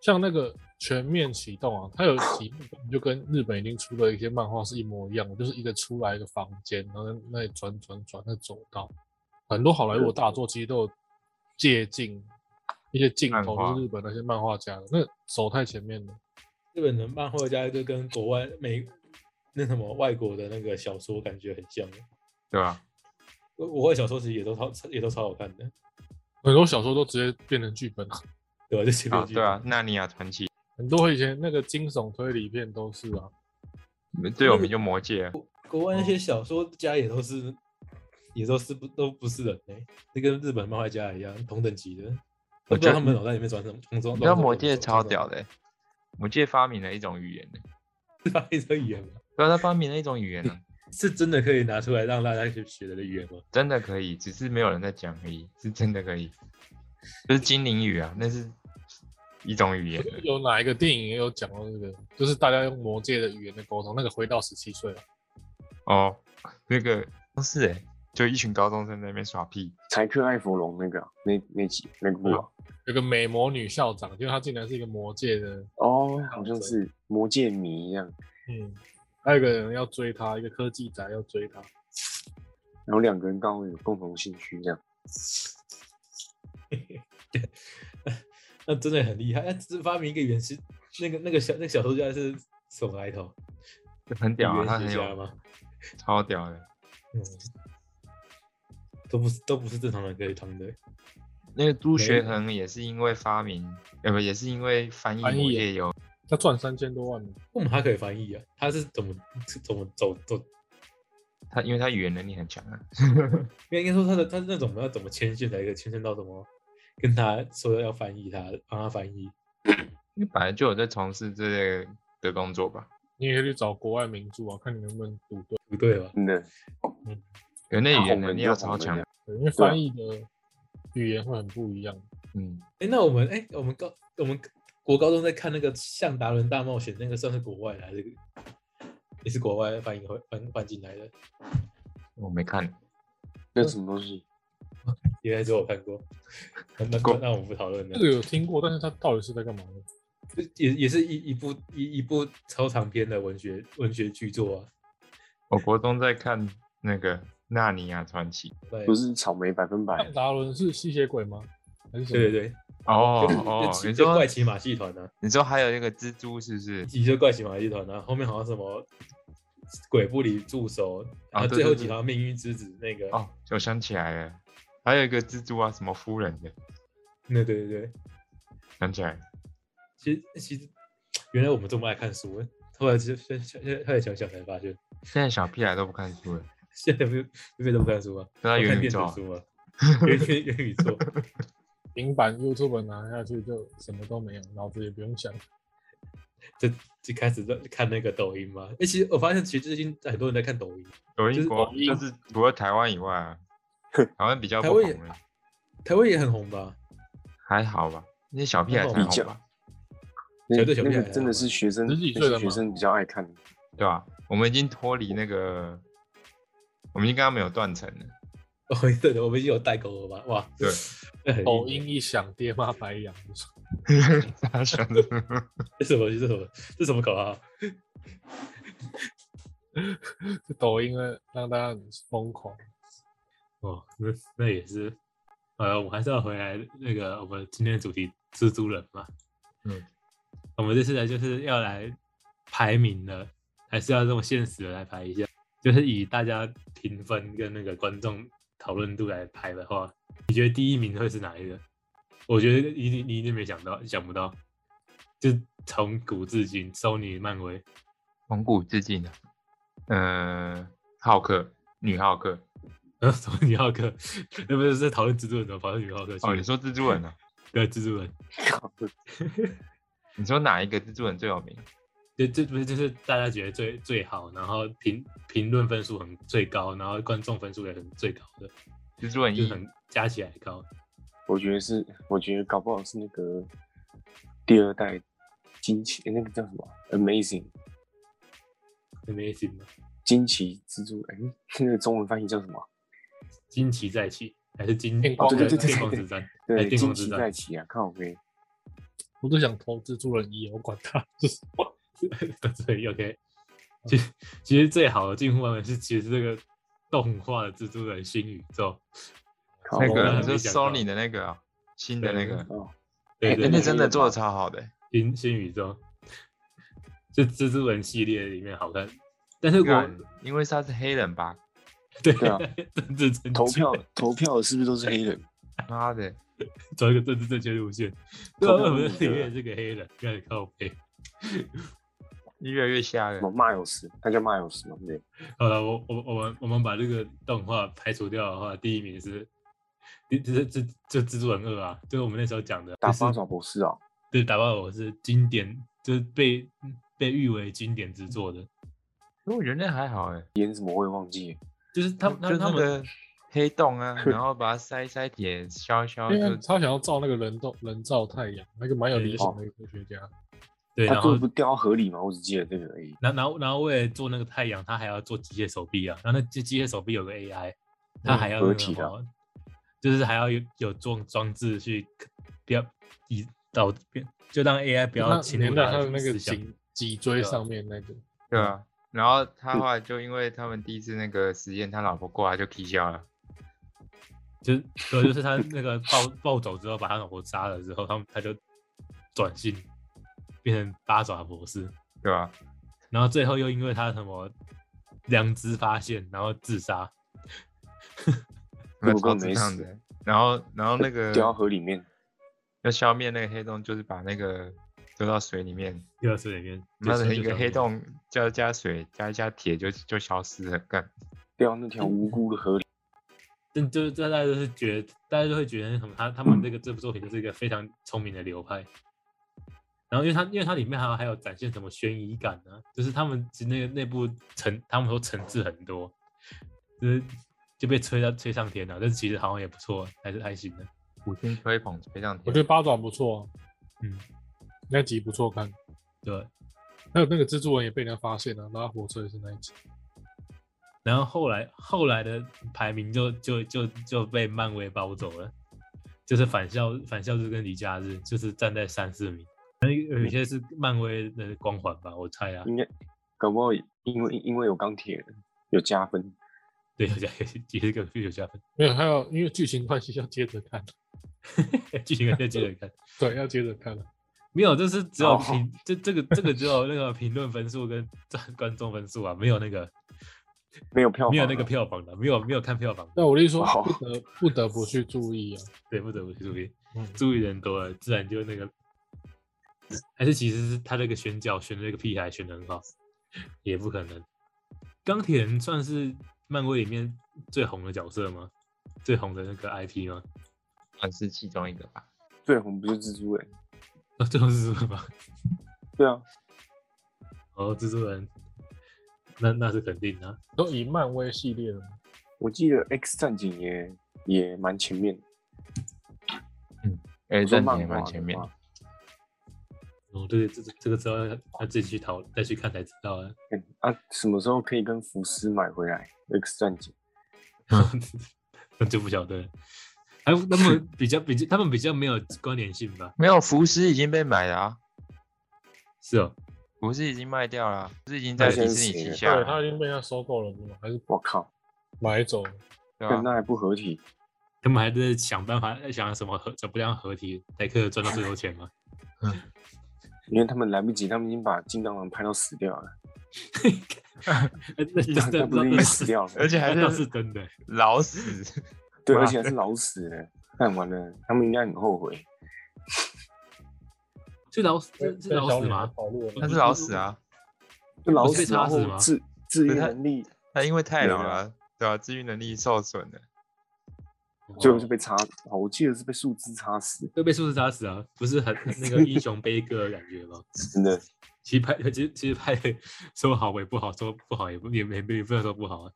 [SPEAKER 4] 像那个全面启动啊，它有几部本就跟日本已经出的一些漫画是一模一样的，就是一个出来一个房间，然后在那里转转转那走道，很多好莱坞大作其实都有借镜一些镜
[SPEAKER 1] 漫
[SPEAKER 4] 头，
[SPEAKER 1] 画
[SPEAKER 4] 就是日本那些漫画家的，那走太前面了。
[SPEAKER 2] 日本的漫画家就跟国外美那什么外国的那个小说感觉很像。欸
[SPEAKER 1] 对吧？
[SPEAKER 2] 我我会小说其实也都超也都超好看的，
[SPEAKER 4] 很多小说都直接变成剧本了，
[SPEAKER 2] 对吧？就前
[SPEAKER 1] 啊，
[SPEAKER 2] 面剧
[SPEAKER 1] 对啊，《纳尼亚传奇
[SPEAKER 4] 很多以前那个惊悚推理片都是啊，》
[SPEAKER 1] 最有名就《魔戒》啊，
[SPEAKER 2] 国外那些小说家也都是也都是不都不是人哎、欸，那跟日本漫画家一样同等级的。
[SPEAKER 1] 我
[SPEAKER 2] 我不知
[SPEAKER 1] 觉
[SPEAKER 2] 道
[SPEAKER 1] 得
[SPEAKER 2] 他们脑袋里面转什么，从中
[SPEAKER 1] 你知道《魔戒》超屌，的欸，《魔戒》发明了一种语言呢，
[SPEAKER 2] 是 发明这语言吗？
[SPEAKER 1] 对啊，他发明了一种语言啊 呢，
[SPEAKER 2] 是真的可以拿出来让大家去学的语言吗？
[SPEAKER 1] 真的可以，只是没有人在讲而已，是真的可以， 就是精灵语啊，那是一种语言啊了。
[SPEAKER 4] 有哪一个电影也有讲到这个，就是大家用魔界的语言的沟通，那个回到十七岁了，
[SPEAKER 1] 哦，那个不是哎、就一群高中生在那边耍屁，
[SPEAKER 3] 柴克艾弗隆那个啊那那集那个部啊
[SPEAKER 4] 有个美魔女校长，结果她竟然是一个魔界的
[SPEAKER 3] 哦，
[SPEAKER 2] 啊
[SPEAKER 3] 好像是魔界迷一样，
[SPEAKER 4] 嗯，还有个人要追他，一个科技宅要追他，
[SPEAKER 3] 然后两个人刚好有共同兴趣这样。
[SPEAKER 2] 那真的很厉害。那只是发明一个语言是那个那个小那个小说家是什么来头？
[SPEAKER 1] 很屌
[SPEAKER 2] 语
[SPEAKER 1] 啊，
[SPEAKER 2] 言
[SPEAKER 1] 他
[SPEAKER 2] 学
[SPEAKER 1] 很
[SPEAKER 2] 家
[SPEAKER 1] 有
[SPEAKER 2] 吗？
[SPEAKER 1] 超屌的。
[SPEAKER 2] 嗯，都不是都不是正常人可以通的。
[SPEAKER 1] 那个朱
[SPEAKER 2] 没
[SPEAKER 1] 学
[SPEAKER 2] 有
[SPEAKER 1] 恒也是因为发明，呃不，也是因为翻译
[SPEAKER 4] 翻
[SPEAKER 1] 魔
[SPEAKER 4] 译
[SPEAKER 1] 戒有
[SPEAKER 4] 他赚三千多万呢，
[SPEAKER 2] 为什么他可以翻译啊？他是怎么是怎么走走？
[SPEAKER 1] 他，因为他语言能力很强啊。
[SPEAKER 2] 因为应该说他的他是那种要怎么牵线才可以牵线到什么？跟他说要翻译他，帮他翻译。
[SPEAKER 1] 因为本来就有在从事这类的工作吧，
[SPEAKER 4] 你也可以去找国外名著啊，看你能不能读对。
[SPEAKER 2] 不对吧？
[SPEAKER 3] 真的，
[SPEAKER 1] 可那
[SPEAKER 3] 他
[SPEAKER 1] 语言
[SPEAKER 3] 红
[SPEAKER 1] 能
[SPEAKER 3] 人
[SPEAKER 1] 力
[SPEAKER 3] 就
[SPEAKER 1] 要
[SPEAKER 3] 红
[SPEAKER 1] 超
[SPEAKER 3] 人
[SPEAKER 1] 强
[SPEAKER 3] 啊。
[SPEAKER 4] 对因为翻译的语言会很不一样。
[SPEAKER 1] 嗯，
[SPEAKER 2] 哎，那我们哎，我们高我们国高中在看那个《向达伦大冒险》，那个算是国外的还是也是国外翻译回翻翻进来的？
[SPEAKER 1] 我没看，
[SPEAKER 3] 那
[SPEAKER 2] 嗯
[SPEAKER 3] 什么东西？
[SPEAKER 2] 原来只有我看过。那那那我们不讨论
[SPEAKER 4] 这
[SPEAKER 2] 了。
[SPEAKER 4] 个有听过，但是他到底是在干嘛呢？
[SPEAKER 2] 就也也是一一部一一部超长篇的文学文学巨作啊。
[SPEAKER 1] 我国中在看那个《纳尼亚传奇》
[SPEAKER 2] 对
[SPEAKER 3] 不是草莓百分百
[SPEAKER 4] 像达伦是吸血鬼吗？还是什么？
[SPEAKER 2] 对对对，
[SPEAKER 1] 哦
[SPEAKER 2] 就
[SPEAKER 1] 哦
[SPEAKER 2] 就，骑
[SPEAKER 1] 你
[SPEAKER 2] 就
[SPEAKER 1] 说
[SPEAKER 2] 怪奇马戏团呢、啊，
[SPEAKER 1] 你说还有一个蜘蛛是不是
[SPEAKER 2] 一？集就怪奇马戏团啊，后面好像什么鬼不理助手，然
[SPEAKER 1] 啊
[SPEAKER 2] 后
[SPEAKER 1] 对
[SPEAKER 2] 最后
[SPEAKER 1] 对
[SPEAKER 2] 几
[SPEAKER 1] 对
[SPEAKER 2] 条命运之子那个，
[SPEAKER 1] 哦，我想起来了，还有一个蜘蛛啊，什么夫人的，
[SPEAKER 2] 那对对对，
[SPEAKER 1] 想起来了。
[SPEAKER 2] 其实其实原来我们这么爱看书，后来就现现现后来想想才发现，
[SPEAKER 1] 现在小屁孩都不看书了，
[SPEAKER 2] 现在有没有有没有都不看书啊？
[SPEAKER 1] 对啊
[SPEAKER 2] 都看
[SPEAKER 1] 元宇
[SPEAKER 2] 电子
[SPEAKER 1] 宙啊
[SPEAKER 2] 书啊， 元元元宇宙，
[SPEAKER 4] 平板 YouTube 拿下去就什么都没有，脑子也不用想。
[SPEAKER 2] 就就开始在看那个抖音嘛。哎、其实我发现，其实最近很多人在看抖音，
[SPEAKER 1] 抖
[SPEAKER 2] 就
[SPEAKER 1] 音
[SPEAKER 2] 是
[SPEAKER 1] 国
[SPEAKER 3] 抖音
[SPEAKER 1] 就是除了台湾以外 啊，台湾比较
[SPEAKER 2] 台
[SPEAKER 1] 不
[SPEAKER 2] 湾也
[SPEAKER 1] 红了，
[SPEAKER 2] 台湾也很红吧？
[SPEAKER 1] 还好吧？那些小屁孩
[SPEAKER 2] 那
[SPEAKER 1] 才
[SPEAKER 3] 比较
[SPEAKER 1] 红吧？
[SPEAKER 3] 那
[SPEAKER 2] 绝对小
[SPEAKER 3] 那
[SPEAKER 2] 屁
[SPEAKER 3] 个
[SPEAKER 2] 孩啊
[SPEAKER 3] 真的是学生，
[SPEAKER 4] 十几岁
[SPEAKER 3] 那
[SPEAKER 4] 了
[SPEAKER 3] 些
[SPEAKER 4] 嘛
[SPEAKER 3] 学生比较爱看。
[SPEAKER 1] 对吧、我们已经脱离那个，我们已经跟他们有断层了。
[SPEAKER 2] 哦，对的，我们已经有代沟了吧？哇， 哎
[SPEAKER 1] 对，
[SPEAKER 2] 这很硬
[SPEAKER 4] 抖音一响，爹妈白养。
[SPEAKER 1] 他想的，
[SPEAKER 2] 这什么？这什么？这什么啊口号？
[SPEAKER 4] 这抖音呢，让大家很疯狂。
[SPEAKER 2] 哦，那那也是，呃，我们还是要回来那个我们今天的主题蜘蛛人嘛。
[SPEAKER 1] 嗯，
[SPEAKER 2] 我们这次来就是要来排名了，还是要这么现实的来排一下，就是以大家评分跟那个观众讨论度来排的话，你觉得第一名会是哪一个？我觉得一定你一定没想到，想不到，就从古至今，Sony、漫威，
[SPEAKER 1] 从古至今的，嗯，浩克，女浩克。
[SPEAKER 2] 然后从尼浩克，那不是在讨论蜘蛛人怎么跑到尼浩克去？
[SPEAKER 1] 哦，你说蜘蛛人呢、
[SPEAKER 2] 对蜘蛛人，
[SPEAKER 1] 你说哪一个蜘蛛人最有名？
[SPEAKER 2] 就这不是就是大家觉得最最好，然后评评论分数很最高，然后观众分数也很最高的，
[SPEAKER 1] 蜘蛛人
[SPEAKER 2] 就
[SPEAKER 1] 一
[SPEAKER 2] 是很加起来高。
[SPEAKER 3] 我觉得是，我觉得搞不好是那个第二代惊奇，那个叫什么 Amazing
[SPEAKER 2] 很 a m 吗？
[SPEAKER 3] 惊奇蜘蛛，哎、那个中文翻译叫什么？
[SPEAKER 2] 惊奇再起还是惊
[SPEAKER 4] 电光
[SPEAKER 2] 对
[SPEAKER 4] 人
[SPEAKER 2] 对电
[SPEAKER 3] 对
[SPEAKER 2] 光
[SPEAKER 3] 对
[SPEAKER 2] 之战？哎
[SPEAKER 3] 对，
[SPEAKER 2] 电光
[SPEAKER 3] 惊
[SPEAKER 2] 之
[SPEAKER 3] 奇
[SPEAKER 2] 战
[SPEAKER 3] 再起啊！看我没，
[SPEAKER 4] 我都想投蜘蛛人一，我管他，就是
[SPEAKER 2] 所以 OK，其实其实最好的进步版本是其实这个动画的蜘蛛人新宇宙，
[SPEAKER 3] 靠
[SPEAKER 1] 那
[SPEAKER 3] 我
[SPEAKER 1] 个，
[SPEAKER 2] 还
[SPEAKER 1] 你说
[SPEAKER 3] 没
[SPEAKER 2] 哦没讲到
[SPEAKER 1] Sony 的那个啊、新的那个，
[SPEAKER 3] 哦，
[SPEAKER 2] 对
[SPEAKER 1] 哎
[SPEAKER 2] 对
[SPEAKER 1] 哎那
[SPEAKER 2] 对，
[SPEAKER 1] 真的做的超好的、
[SPEAKER 2] 新新宇宙，就蜘蛛人系列里面好看，但是我
[SPEAKER 1] 干因为他是黑人吧？
[SPEAKER 2] 对
[SPEAKER 3] 啊对 啊，
[SPEAKER 2] 政治正确
[SPEAKER 3] 投 票投票是不是都是黑人？
[SPEAKER 1] 妈的，
[SPEAKER 2] 走一个政治正确路线。 对
[SPEAKER 3] 投
[SPEAKER 2] 啊，
[SPEAKER 3] 票
[SPEAKER 2] 为什么
[SPEAKER 3] 入
[SPEAKER 2] 里
[SPEAKER 3] 阁
[SPEAKER 2] 面是个黑人？看靠背。
[SPEAKER 1] 越来越吓人
[SPEAKER 3] 什么。Miles，他叫 Miles 嘛，对不对。
[SPEAKER 2] 好了，我我我们我们把这个动画排除掉的话，第一名是第这这这蜘蛛人二啊，就是我们那时候讲的，
[SPEAKER 3] 打
[SPEAKER 2] 就是
[SPEAKER 3] 八爪博士啊，
[SPEAKER 2] 对打爆我是经典，就是被被誉为经典之作的，
[SPEAKER 1] 可我觉得那还好哎、
[SPEAKER 3] 演什么我也忘记了。
[SPEAKER 2] 就是欸他们他
[SPEAKER 1] 就
[SPEAKER 2] 们他
[SPEAKER 1] 那
[SPEAKER 2] 们
[SPEAKER 1] 个黑洞啊，然后把它塞一塞铁，消一消
[SPEAKER 2] 啊
[SPEAKER 4] 因为
[SPEAKER 1] 就
[SPEAKER 4] 他想要照那个人造人造太阳，那个蛮有理想的一个科学家。
[SPEAKER 2] 对，然
[SPEAKER 3] 他做
[SPEAKER 2] 后
[SPEAKER 3] 不掉合理吗？我只记得这个而已。
[SPEAKER 2] 然后然后然后为了做那个太阳，他还要做机械手臂啊，然后那机机械手臂有个 AI，他
[SPEAKER 4] 嗯
[SPEAKER 2] 还要
[SPEAKER 3] 合
[SPEAKER 2] 那个
[SPEAKER 3] 体
[SPEAKER 2] 什
[SPEAKER 3] 的
[SPEAKER 2] 么就是还要有有装装置去不要以导就让 AI 不要
[SPEAKER 4] 那
[SPEAKER 2] 侵
[SPEAKER 4] 连
[SPEAKER 2] 入
[SPEAKER 4] 到
[SPEAKER 2] 他
[SPEAKER 4] 他的
[SPEAKER 2] 的
[SPEAKER 4] 那个
[SPEAKER 2] 思想啊
[SPEAKER 4] 颈脊椎上面那个，
[SPEAKER 1] 对啊。然后他后来就因为他们第一次那个实验，他老婆过来就踢笑了。
[SPEAKER 2] 就是对，就是他那个暴暴走之后，把他老婆杀了之后，他们他就转性变成八爪博士，
[SPEAKER 1] 对吧、
[SPEAKER 2] 然后最后又因为他什么良知发现，然后自杀。
[SPEAKER 1] 那
[SPEAKER 3] 我
[SPEAKER 1] 超
[SPEAKER 3] 根本
[SPEAKER 1] 智
[SPEAKER 3] 没
[SPEAKER 1] 障
[SPEAKER 3] 死
[SPEAKER 1] 的。然后，然后那 个
[SPEAKER 3] 掉到河里面，
[SPEAKER 1] 要消灭那个黑洞，就是把那个丢到水里面，
[SPEAKER 2] 又到水里面，
[SPEAKER 1] 妈
[SPEAKER 2] 对
[SPEAKER 1] 的
[SPEAKER 2] 所以
[SPEAKER 1] 一个
[SPEAKER 2] 就这样
[SPEAKER 1] 黑
[SPEAKER 2] 子
[SPEAKER 1] 洞加加水加一加铁就就消失了，干
[SPEAKER 3] 掉到那条无辜的河里。
[SPEAKER 2] 但就是大家就是觉得，大家就会觉得很他他们这个这部作品就是一个非常聪明的流派。然后因为它因为它里面还有还有展现什么悬疑感呢、就是他们其实那个内部层他们说层次很多，就是就被吹到吹上天了、但是其实好像也不错，还是还行的。
[SPEAKER 1] 五星吹捧非常
[SPEAKER 4] 我
[SPEAKER 1] 天
[SPEAKER 4] 觉。得八爪不错、啊，
[SPEAKER 2] 嗯，
[SPEAKER 4] 那集不错看。
[SPEAKER 2] 对。
[SPEAKER 4] 还有那个蜘蛛人也被人家发现了、拉火车也是那一集。
[SPEAKER 2] 然后后来后来的排名就就就就被漫威包走了，就是返校返校日跟离家日就是站在三四名，那有有些是漫威的光环吧，我猜啊，
[SPEAKER 3] 应该搞不好因为因为有钢铁人有加分，
[SPEAKER 2] 对，有加也是个有加分，
[SPEAKER 4] 没有，还有因为剧情关系 要接着看，
[SPEAKER 2] 剧情再接着看，
[SPEAKER 4] 对，要接着看啊了。
[SPEAKER 2] 没有，就是只有
[SPEAKER 3] 哦
[SPEAKER 2] 评这这个这个只有那个评论分数跟观众分数啊，没有那个
[SPEAKER 3] 没有票，啊
[SPEAKER 2] 没有那个。票房的，没有没有看票房的，
[SPEAKER 4] 那我就说
[SPEAKER 3] 好
[SPEAKER 4] 不得不得不去注意啊。
[SPEAKER 2] 对，不得不注意。
[SPEAKER 4] 嗯，
[SPEAKER 2] 注意人多了，自然就那个，还是其实是他那个选角选的那个屁孩选的很好，也不可能。钢铁人算是漫威里面最红的角色吗？最红的那个 IP 吗？
[SPEAKER 1] 算是其中一个吧。
[SPEAKER 3] 最红不就蜘蛛人？
[SPEAKER 2] 啊，最后是什么吧？
[SPEAKER 3] 对啊，
[SPEAKER 2] 哦，蜘蛛人，那那是肯定的啊、
[SPEAKER 4] 都以漫威系列的吗，
[SPEAKER 3] 我记得 X 战警也也蛮前面的，
[SPEAKER 1] 哎，
[SPEAKER 3] 说
[SPEAKER 1] 这
[SPEAKER 3] 漫
[SPEAKER 1] 也
[SPEAKER 3] 画
[SPEAKER 1] 蛮
[SPEAKER 3] 的
[SPEAKER 1] 前面
[SPEAKER 3] 话。
[SPEAKER 2] 哦，对，这这个之后要要自己去讨再去看才知道啊。
[SPEAKER 3] 嗯啊，什么时候可以跟福斯买回来 X 战警？
[SPEAKER 2] 那就不晓得了。还有他们比较比较，他们比较没有关联性吧？
[SPEAKER 1] 没有，福斯已经被买了啊，
[SPEAKER 2] 是哦，
[SPEAKER 1] 福斯已经卖掉了啊，福斯已经在迪士尼旗
[SPEAKER 3] 对
[SPEAKER 1] 下
[SPEAKER 4] 对，他
[SPEAKER 1] 了，
[SPEAKER 4] 已经被他收购了，不是吗？还是
[SPEAKER 3] 我靠，
[SPEAKER 4] 买走了？
[SPEAKER 1] 对啊吧
[SPEAKER 3] 跟？那还不合体？
[SPEAKER 2] 他们还在想办法，在想什么合怎么样合体才可以赚到最多钱吗？
[SPEAKER 3] 因为他们来不及，他们已经把金刚狼拍到死 掉了，
[SPEAKER 2] 那那
[SPEAKER 3] 他
[SPEAKER 2] 那
[SPEAKER 3] 他不是已经死掉了？
[SPEAKER 1] 而且还
[SPEAKER 2] 那
[SPEAKER 1] 是
[SPEAKER 2] 是真的。
[SPEAKER 1] 老死，
[SPEAKER 3] 对，
[SPEAKER 1] 妈
[SPEAKER 3] 而且还是老死了，看完了，他们应该很后悔。
[SPEAKER 2] 是老死
[SPEAKER 4] 被
[SPEAKER 2] 是是啊老
[SPEAKER 4] 小
[SPEAKER 2] 死
[SPEAKER 4] 女孩
[SPEAKER 2] 吗？
[SPEAKER 4] 跑路了
[SPEAKER 1] 他是老死啊，
[SPEAKER 3] 就老
[SPEAKER 2] 不是
[SPEAKER 3] 死，
[SPEAKER 2] 被杀
[SPEAKER 3] 然
[SPEAKER 2] 死
[SPEAKER 3] 后
[SPEAKER 2] 吗
[SPEAKER 3] 自自愈
[SPEAKER 1] 不是他
[SPEAKER 3] 能力
[SPEAKER 1] 他因为太老
[SPEAKER 3] 没了
[SPEAKER 1] 了，啊对吧？治愈能力受损了，
[SPEAKER 3] 最后就被插，哦我记得是被树枝插死，
[SPEAKER 2] 都被树枝杀死啊，不是很那个英雄悲歌的感觉吗？
[SPEAKER 3] 真的。
[SPEAKER 2] 其实拍其实其实拍的说好也不好，说不好也不也没也不能说不好啊。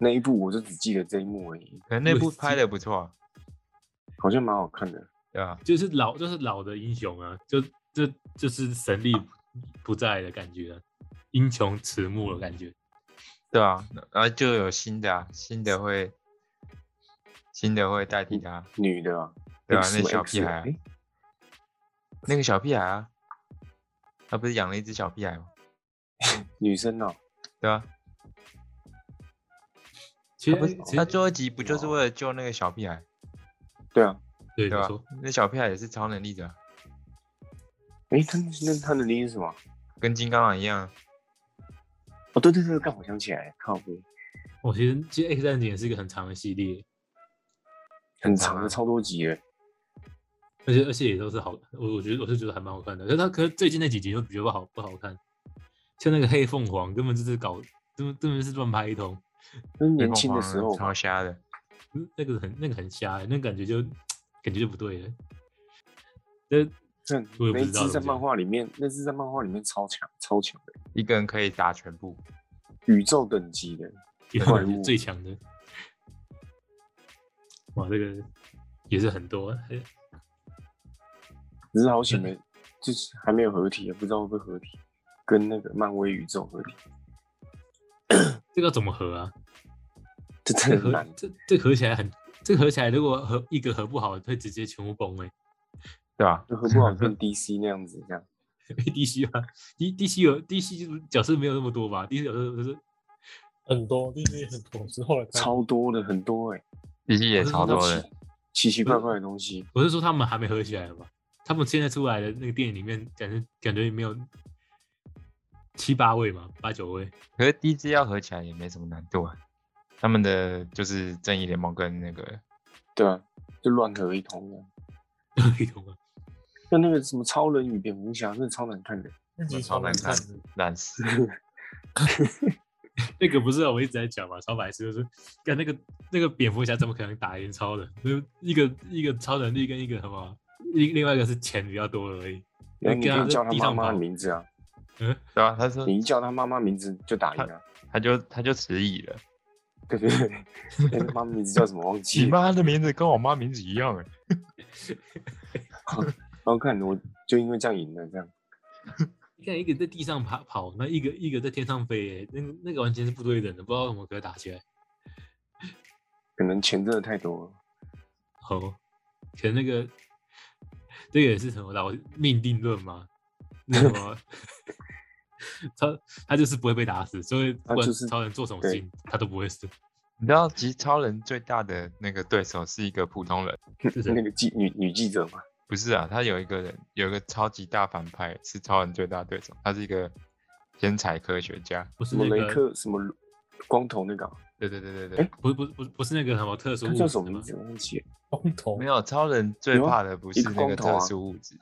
[SPEAKER 3] 那一部我就只记得这一幕而已，
[SPEAKER 1] 可能那
[SPEAKER 2] 对
[SPEAKER 1] 部拍的不错啊，
[SPEAKER 3] 好像蛮好看的。
[SPEAKER 1] 对啊吧？
[SPEAKER 2] 就是老就是老的英雄啊，就就就是神力不在的感觉啊、英雄迟暮的感觉。
[SPEAKER 1] 对啊，然后就有新的啊，新的会，新的会代替他，
[SPEAKER 3] 女的啊，
[SPEAKER 1] 对啊，
[SPEAKER 3] X
[SPEAKER 1] 那
[SPEAKER 3] 什么
[SPEAKER 1] 小
[SPEAKER 3] X
[SPEAKER 1] 屁
[SPEAKER 3] 啊
[SPEAKER 1] 孩啊，
[SPEAKER 3] 诶
[SPEAKER 1] 那个小屁孩啊，他不是养了一只小屁孩吗？
[SPEAKER 3] 女生哦，
[SPEAKER 1] 对啊，
[SPEAKER 2] 其
[SPEAKER 1] 他不
[SPEAKER 2] 实
[SPEAKER 1] 是
[SPEAKER 2] 哎其实
[SPEAKER 1] 他最后一集不就是为了救那个小屁孩，
[SPEAKER 3] 对啊，
[SPEAKER 2] 对
[SPEAKER 1] 对
[SPEAKER 2] 你
[SPEAKER 1] 吧
[SPEAKER 2] 说，？
[SPEAKER 1] 那小屁孩也是超能力者啊，
[SPEAKER 3] 诶，她那她的能力是什么？
[SPEAKER 1] 跟金刚狼一样啊，
[SPEAKER 3] 哦，对对对，刚好想起来，靠背，
[SPEAKER 2] 我其实其实 X 战警也是一个很长的系列，
[SPEAKER 3] 很
[SPEAKER 1] 长
[SPEAKER 3] 长
[SPEAKER 1] 啊
[SPEAKER 3] 的，超多集的。
[SPEAKER 2] 而且而且也都是好，我我觉得我是觉得还蛮好看的。可是他可是最近那几集就比较不好不好看，像那个黑凤凰根本就是搞根本根本是乱拍一通，
[SPEAKER 3] 就是
[SPEAKER 1] 黑
[SPEAKER 3] 年
[SPEAKER 1] 凤
[SPEAKER 3] 轻的
[SPEAKER 1] 凰
[SPEAKER 3] 时候吧
[SPEAKER 1] 超，瞎的，
[SPEAKER 2] 嗯那个很那个很瞎、欸那感觉就感觉就不对了。那
[SPEAKER 3] 看
[SPEAKER 2] 我也不
[SPEAKER 3] 那一
[SPEAKER 2] 知道
[SPEAKER 3] 只在
[SPEAKER 2] 怎么
[SPEAKER 3] 漫
[SPEAKER 2] 讲
[SPEAKER 3] 画里面，那只在漫画里面超强超强的，
[SPEAKER 1] 一个人可以打全部，
[SPEAKER 3] 宇宙等级的。
[SPEAKER 2] 也
[SPEAKER 3] 怪
[SPEAKER 2] 是
[SPEAKER 3] 物
[SPEAKER 2] 最强的。 哇，这个也是很多，哎
[SPEAKER 3] 只是好
[SPEAKER 2] 嗯
[SPEAKER 3] 险没，就是还没有合体，也不知道会不会合体，跟那个漫威宇宙合体，
[SPEAKER 2] 这个要怎么合啊？
[SPEAKER 3] 这
[SPEAKER 2] 这
[SPEAKER 3] 真的很
[SPEAKER 2] 合
[SPEAKER 3] 难。
[SPEAKER 2] 这这合起来很，这合起来如果合一个合不好，会直接全部崩 哎、
[SPEAKER 1] 对吧？
[SPEAKER 3] 就合不好 跟 DC 那样子这样。
[SPEAKER 2] 嗯 DC 吧，D DC 有 DC 角色没有那么多吧？DC 角色不是
[SPEAKER 4] 很多，弟弟很多，是后来拍
[SPEAKER 3] 超多的，很多哎、
[SPEAKER 1] 其实也超多
[SPEAKER 2] 我是说
[SPEAKER 1] 的，
[SPEAKER 3] 奇奇
[SPEAKER 2] 嗯
[SPEAKER 3] 怪怪的东西。
[SPEAKER 2] 我是说他们还没合起来吧？他们现在出来的那个电影里面，感觉感觉没有七八位嘛，八九位。
[SPEAKER 1] 可是 DC 要合起来也没什么难度啊。他们的就是正义联盟跟那个
[SPEAKER 3] 对啊，就乱合一通的。
[SPEAKER 2] 一同啊，
[SPEAKER 3] 像那个什么超人与蝙蝠侠，真的超 难看的。哎
[SPEAKER 4] 那集
[SPEAKER 1] 超
[SPEAKER 4] 超
[SPEAKER 1] 难
[SPEAKER 4] 难
[SPEAKER 1] 看
[SPEAKER 4] 看
[SPEAKER 1] 的
[SPEAKER 4] 的，
[SPEAKER 1] 烂死，
[SPEAKER 2] 那个不是我一直在讲嘛，超白痴就是，干那个那个蝙蝠侠怎么可能打赢超人？就是一个一个超能力跟一个什么，另另外一个是钱比较多而已。
[SPEAKER 3] 然后你可
[SPEAKER 2] 跟
[SPEAKER 3] 以叫
[SPEAKER 2] 在
[SPEAKER 3] 他
[SPEAKER 2] 啊地
[SPEAKER 3] 妈
[SPEAKER 2] 上
[SPEAKER 3] 妈
[SPEAKER 2] 跑
[SPEAKER 3] 的，名字啊，
[SPEAKER 2] 嗯，
[SPEAKER 1] 对啊，他说
[SPEAKER 3] 你一叫他妈妈名字就打赢了、
[SPEAKER 1] 他就他就迟疑了，
[SPEAKER 3] 对对对，那个妈妈名字叫什么忘
[SPEAKER 1] 你
[SPEAKER 3] 记了？
[SPEAKER 1] 妈的名字跟我妈名字一样哎，
[SPEAKER 3] 然后看我就因为这样赢了，这样
[SPEAKER 2] 你看一个在地上爬跑，那一个一个在天上飞、那个那个完全是不对等的，不知道怎么可以打起来。
[SPEAKER 3] 可能钱真的太多了。
[SPEAKER 2] 哦，可能那个这个也是什么老命定论嘛？那什么，他他就是不会被打死，所以不
[SPEAKER 3] 他
[SPEAKER 2] 管
[SPEAKER 3] 就是
[SPEAKER 2] 超人做什么
[SPEAKER 3] 对
[SPEAKER 2] 事情，他都不会 死。
[SPEAKER 1] 你知道其实超人最大的那个对手是一个普通人，
[SPEAKER 2] 是谁
[SPEAKER 3] 那个记女女记者嘛，
[SPEAKER 1] 不是啊，他有一个人有一个超级大反派是超人最大对手，他是一个天才科学家，
[SPEAKER 2] 不
[SPEAKER 3] 什
[SPEAKER 2] 是
[SPEAKER 3] 么
[SPEAKER 2] 那
[SPEAKER 3] 雷
[SPEAKER 2] 个，
[SPEAKER 3] 克什么光头那个啊、
[SPEAKER 1] 对对对对对，
[SPEAKER 3] 诶
[SPEAKER 2] 不是不是不是不是那个什么特殊
[SPEAKER 3] 他
[SPEAKER 2] 物
[SPEAKER 3] 叫
[SPEAKER 2] 质
[SPEAKER 3] 什么名
[SPEAKER 2] 吗
[SPEAKER 3] 字？我忘记了。
[SPEAKER 4] 光头
[SPEAKER 1] 没有超人最
[SPEAKER 3] 有啊
[SPEAKER 1] 怕的不
[SPEAKER 3] 一
[SPEAKER 1] 是
[SPEAKER 3] 个
[SPEAKER 1] 那个
[SPEAKER 3] 光头
[SPEAKER 1] 特
[SPEAKER 3] 啊
[SPEAKER 1] 殊物质，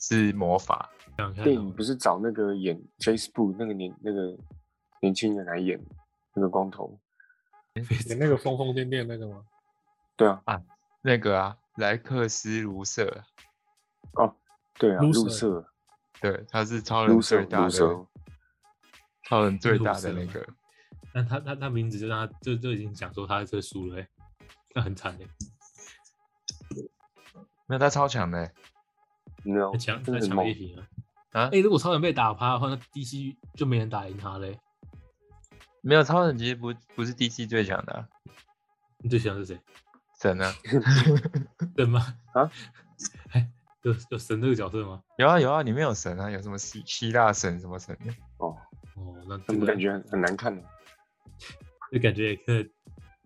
[SPEAKER 1] 是魔法，
[SPEAKER 2] 想想看
[SPEAKER 3] 电
[SPEAKER 2] 哦
[SPEAKER 3] 影不是找那个演 Facebook 那个年那个年轻人来演，那个光头，
[SPEAKER 4] 演那个疯疯癫癫那个吗？
[SPEAKER 3] 对啊，
[SPEAKER 1] 那个啊，莱克斯卢瑟，
[SPEAKER 3] 对啊，
[SPEAKER 4] Loser
[SPEAKER 3] 入社，
[SPEAKER 1] 对，他是超人
[SPEAKER 3] 入社，
[SPEAKER 1] 最大
[SPEAKER 3] 入
[SPEAKER 1] 的
[SPEAKER 3] 社，
[SPEAKER 1] 超人最大的
[SPEAKER 2] Loser
[SPEAKER 1] 那个，
[SPEAKER 2] 那他他他名字就让他就就已经讲说他这输了、欸，那很惨欸的、
[SPEAKER 1] 那他超强的欸
[SPEAKER 3] 你知道
[SPEAKER 2] 很，强，很
[SPEAKER 3] 真的很
[SPEAKER 2] 强
[SPEAKER 3] 猛
[SPEAKER 2] 一。平啊。
[SPEAKER 1] 啊
[SPEAKER 2] 哎、如果超人被打趴的话，那 DC 就没人打赢他嘞、欸
[SPEAKER 1] 没有超人其实不不是 DC 最强的啊、
[SPEAKER 2] 你最喜欢是谁？
[SPEAKER 1] 神 啊，
[SPEAKER 2] 神吗？
[SPEAKER 3] 啊？
[SPEAKER 2] 哎，有有神这个角色吗？
[SPEAKER 1] 有啊有啊，里面有神啊，有什么希希腊神什么神的，
[SPEAKER 3] 哦，
[SPEAKER 2] 哦，那
[SPEAKER 3] 怎
[SPEAKER 2] 这
[SPEAKER 3] 么
[SPEAKER 2] 个
[SPEAKER 3] 感觉很很难看呢？
[SPEAKER 2] 就感觉也可以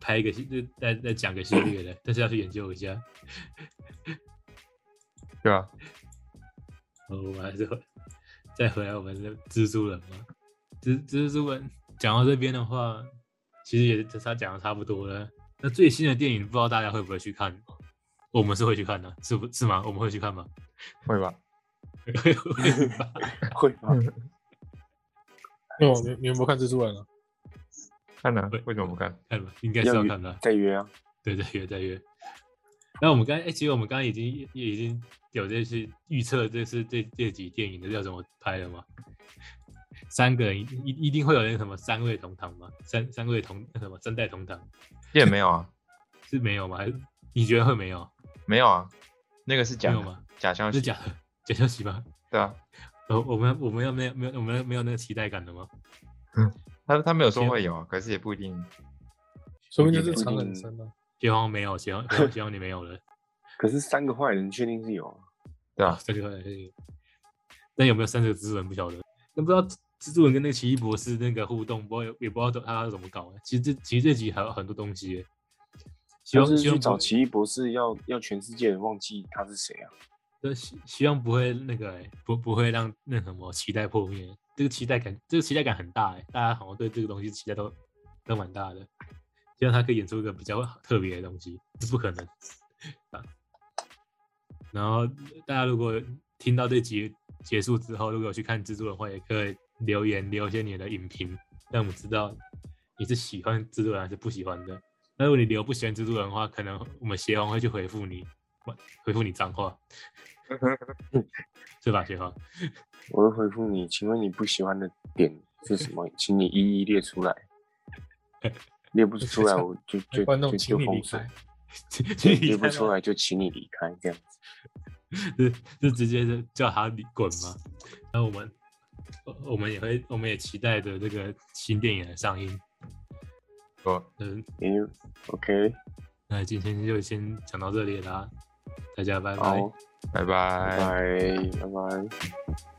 [SPEAKER 2] 拍一个系，就再再讲个系列的，但是要去研究一下。
[SPEAKER 1] 对吧、
[SPEAKER 2] 呃，我们还是回再回来我们的蜘蛛人嘛。蜘蜘蛛人讲到这边的话，其实也是他讲的差不多了。那最新的电影不知道大家会不会去看？我们是会去看的，是不是吗？我们会去看吗？
[SPEAKER 1] 会吧？
[SPEAKER 2] 会会吧？
[SPEAKER 3] 会吧？
[SPEAKER 4] 因为我你你有没有看蜘蛛人啊？
[SPEAKER 1] 看了、啊
[SPEAKER 2] 会，
[SPEAKER 1] 为什么不看？
[SPEAKER 2] 看吧，应该是
[SPEAKER 3] 要
[SPEAKER 2] 要
[SPEAKER 3] 约
[SPEAKER 2] 看的啊。
[SPEAKER 3] 再约啊，
[SPEAKER 2] 对，再约，再约。那我们刚才，哎、其实我们刚刚已经也也已经有这些预测，这是这这几电影的要怎么拍了吗？三个人一一一定会有人什么三位同堂吗？三三位同什么三代同堂
[SPEAKER 1] 也没有啊，
[SPEAKER 2] 是没有吗？还是你觉得会没有？
[SPEAKER 1] 没有啊，那个是假
[SPEAKER 2] 没有
[SPEAKER 1] 的，
[SPEAKER 2] 吗？
[SPEAKER 1] 假消
[SPEAKER 2] 是
[SPEAKER 1] 息，
[SPEAKER 2] 假的假消息吗？
[SPEAKER 1] 对啊，
[SPEAKER 2] 呃，我们我们要没有没有我们没有那个期待感的吗？
[SPEAKER 1] 他他没有
[SPEAKER 2] 没
[SPEAKER 1] 说
[SPEAKER 2] 有
[SPEAKER 1] 会有啊，可是也不一定。
[SPEAKER 4] 说不定就是长冷生啊。
[SPEAKER 2] 杰皇没有，杰皇杰皇杰皇你没有了，
[SPEAKER 3] 可是三个坏人确定是有啊，
[SPEAKER 1] 对啊，
[SPEAKER 2] 这个那有没有三个蜘蛛人不晓得，那不知道蜘蛛人跟那个奇异博士那个互动，不知道也不知道他怎么搞啊的。其实这其实这集还有很多东西耶，希
[SPEAKER 3] 就
[SPEAKER 2] 望
[SPEAKER 3] 是
[SPEAKER 2] 希
[SPEAKER 3] 去
[SPEAKER 2] 望不
[SPEAKER 3] 找
[SPEAKER 2] 会
[SPEAKER 3] 奇异博士，要要全世界人忘记他是谁啊？
[SPEAKER 2] 呃希希望不会那个耶不不会让那什么期待破灭。这个期待感，这个期待感很大哎，大家好像对这个东西期待都都蛮大的。希望他可以演出一个比较特别的东西，这不可能啊。然后大家如果听到这集结束之后，如果有去看蜘蛛人的话，也可以留言留一些你的影评，让我们知道你是喜欢蜘蛛人还是不喜欢的。那如果你留不喜欢蜘蛛人的话，可能我们协皇会去回复你，回复你脏话，是吧，协 皇？
[SPEAKER 3] 我会回复你，请问你不喜欢的点是什么？请你一一列出来。列不出来，我就就
[SPEAKER 4] 观
[SPEAKER 3] 就
[SPEAKER 4] 众，
[SPEAKER 3] 就
[SPEAKER 4] 请你离
[SPEAKER 3] 封锁
[SPEAKER 4] 开。。
[SPEAKER 2] 请你
[SPEAKER 3] 列
[SPEAKER 2] 看
[SPEAKER 3] 不
[SPEAKER 2] 到
[SPEAKER 3] 出来就请你离开，这样子。
[SPEAKER 2] 是是直接就叫他你滚吗？那我们我我们也会，我们也期待着这个新电影的上映。
[SPEAKER 1] 我
[SPEAKER 2] 嗯，
[SPEAKER 3] 因为 OK，
[SPEAKER 2] 那今天就先讲到这里啦，大家拜拜。
[SPEAKER 3] 好，
[SPEAKER 1] 拜
[SPEAKER 3] 拜
[SPEAKER 1] 拜。
[SPEAKER 3] 拜，拜拜。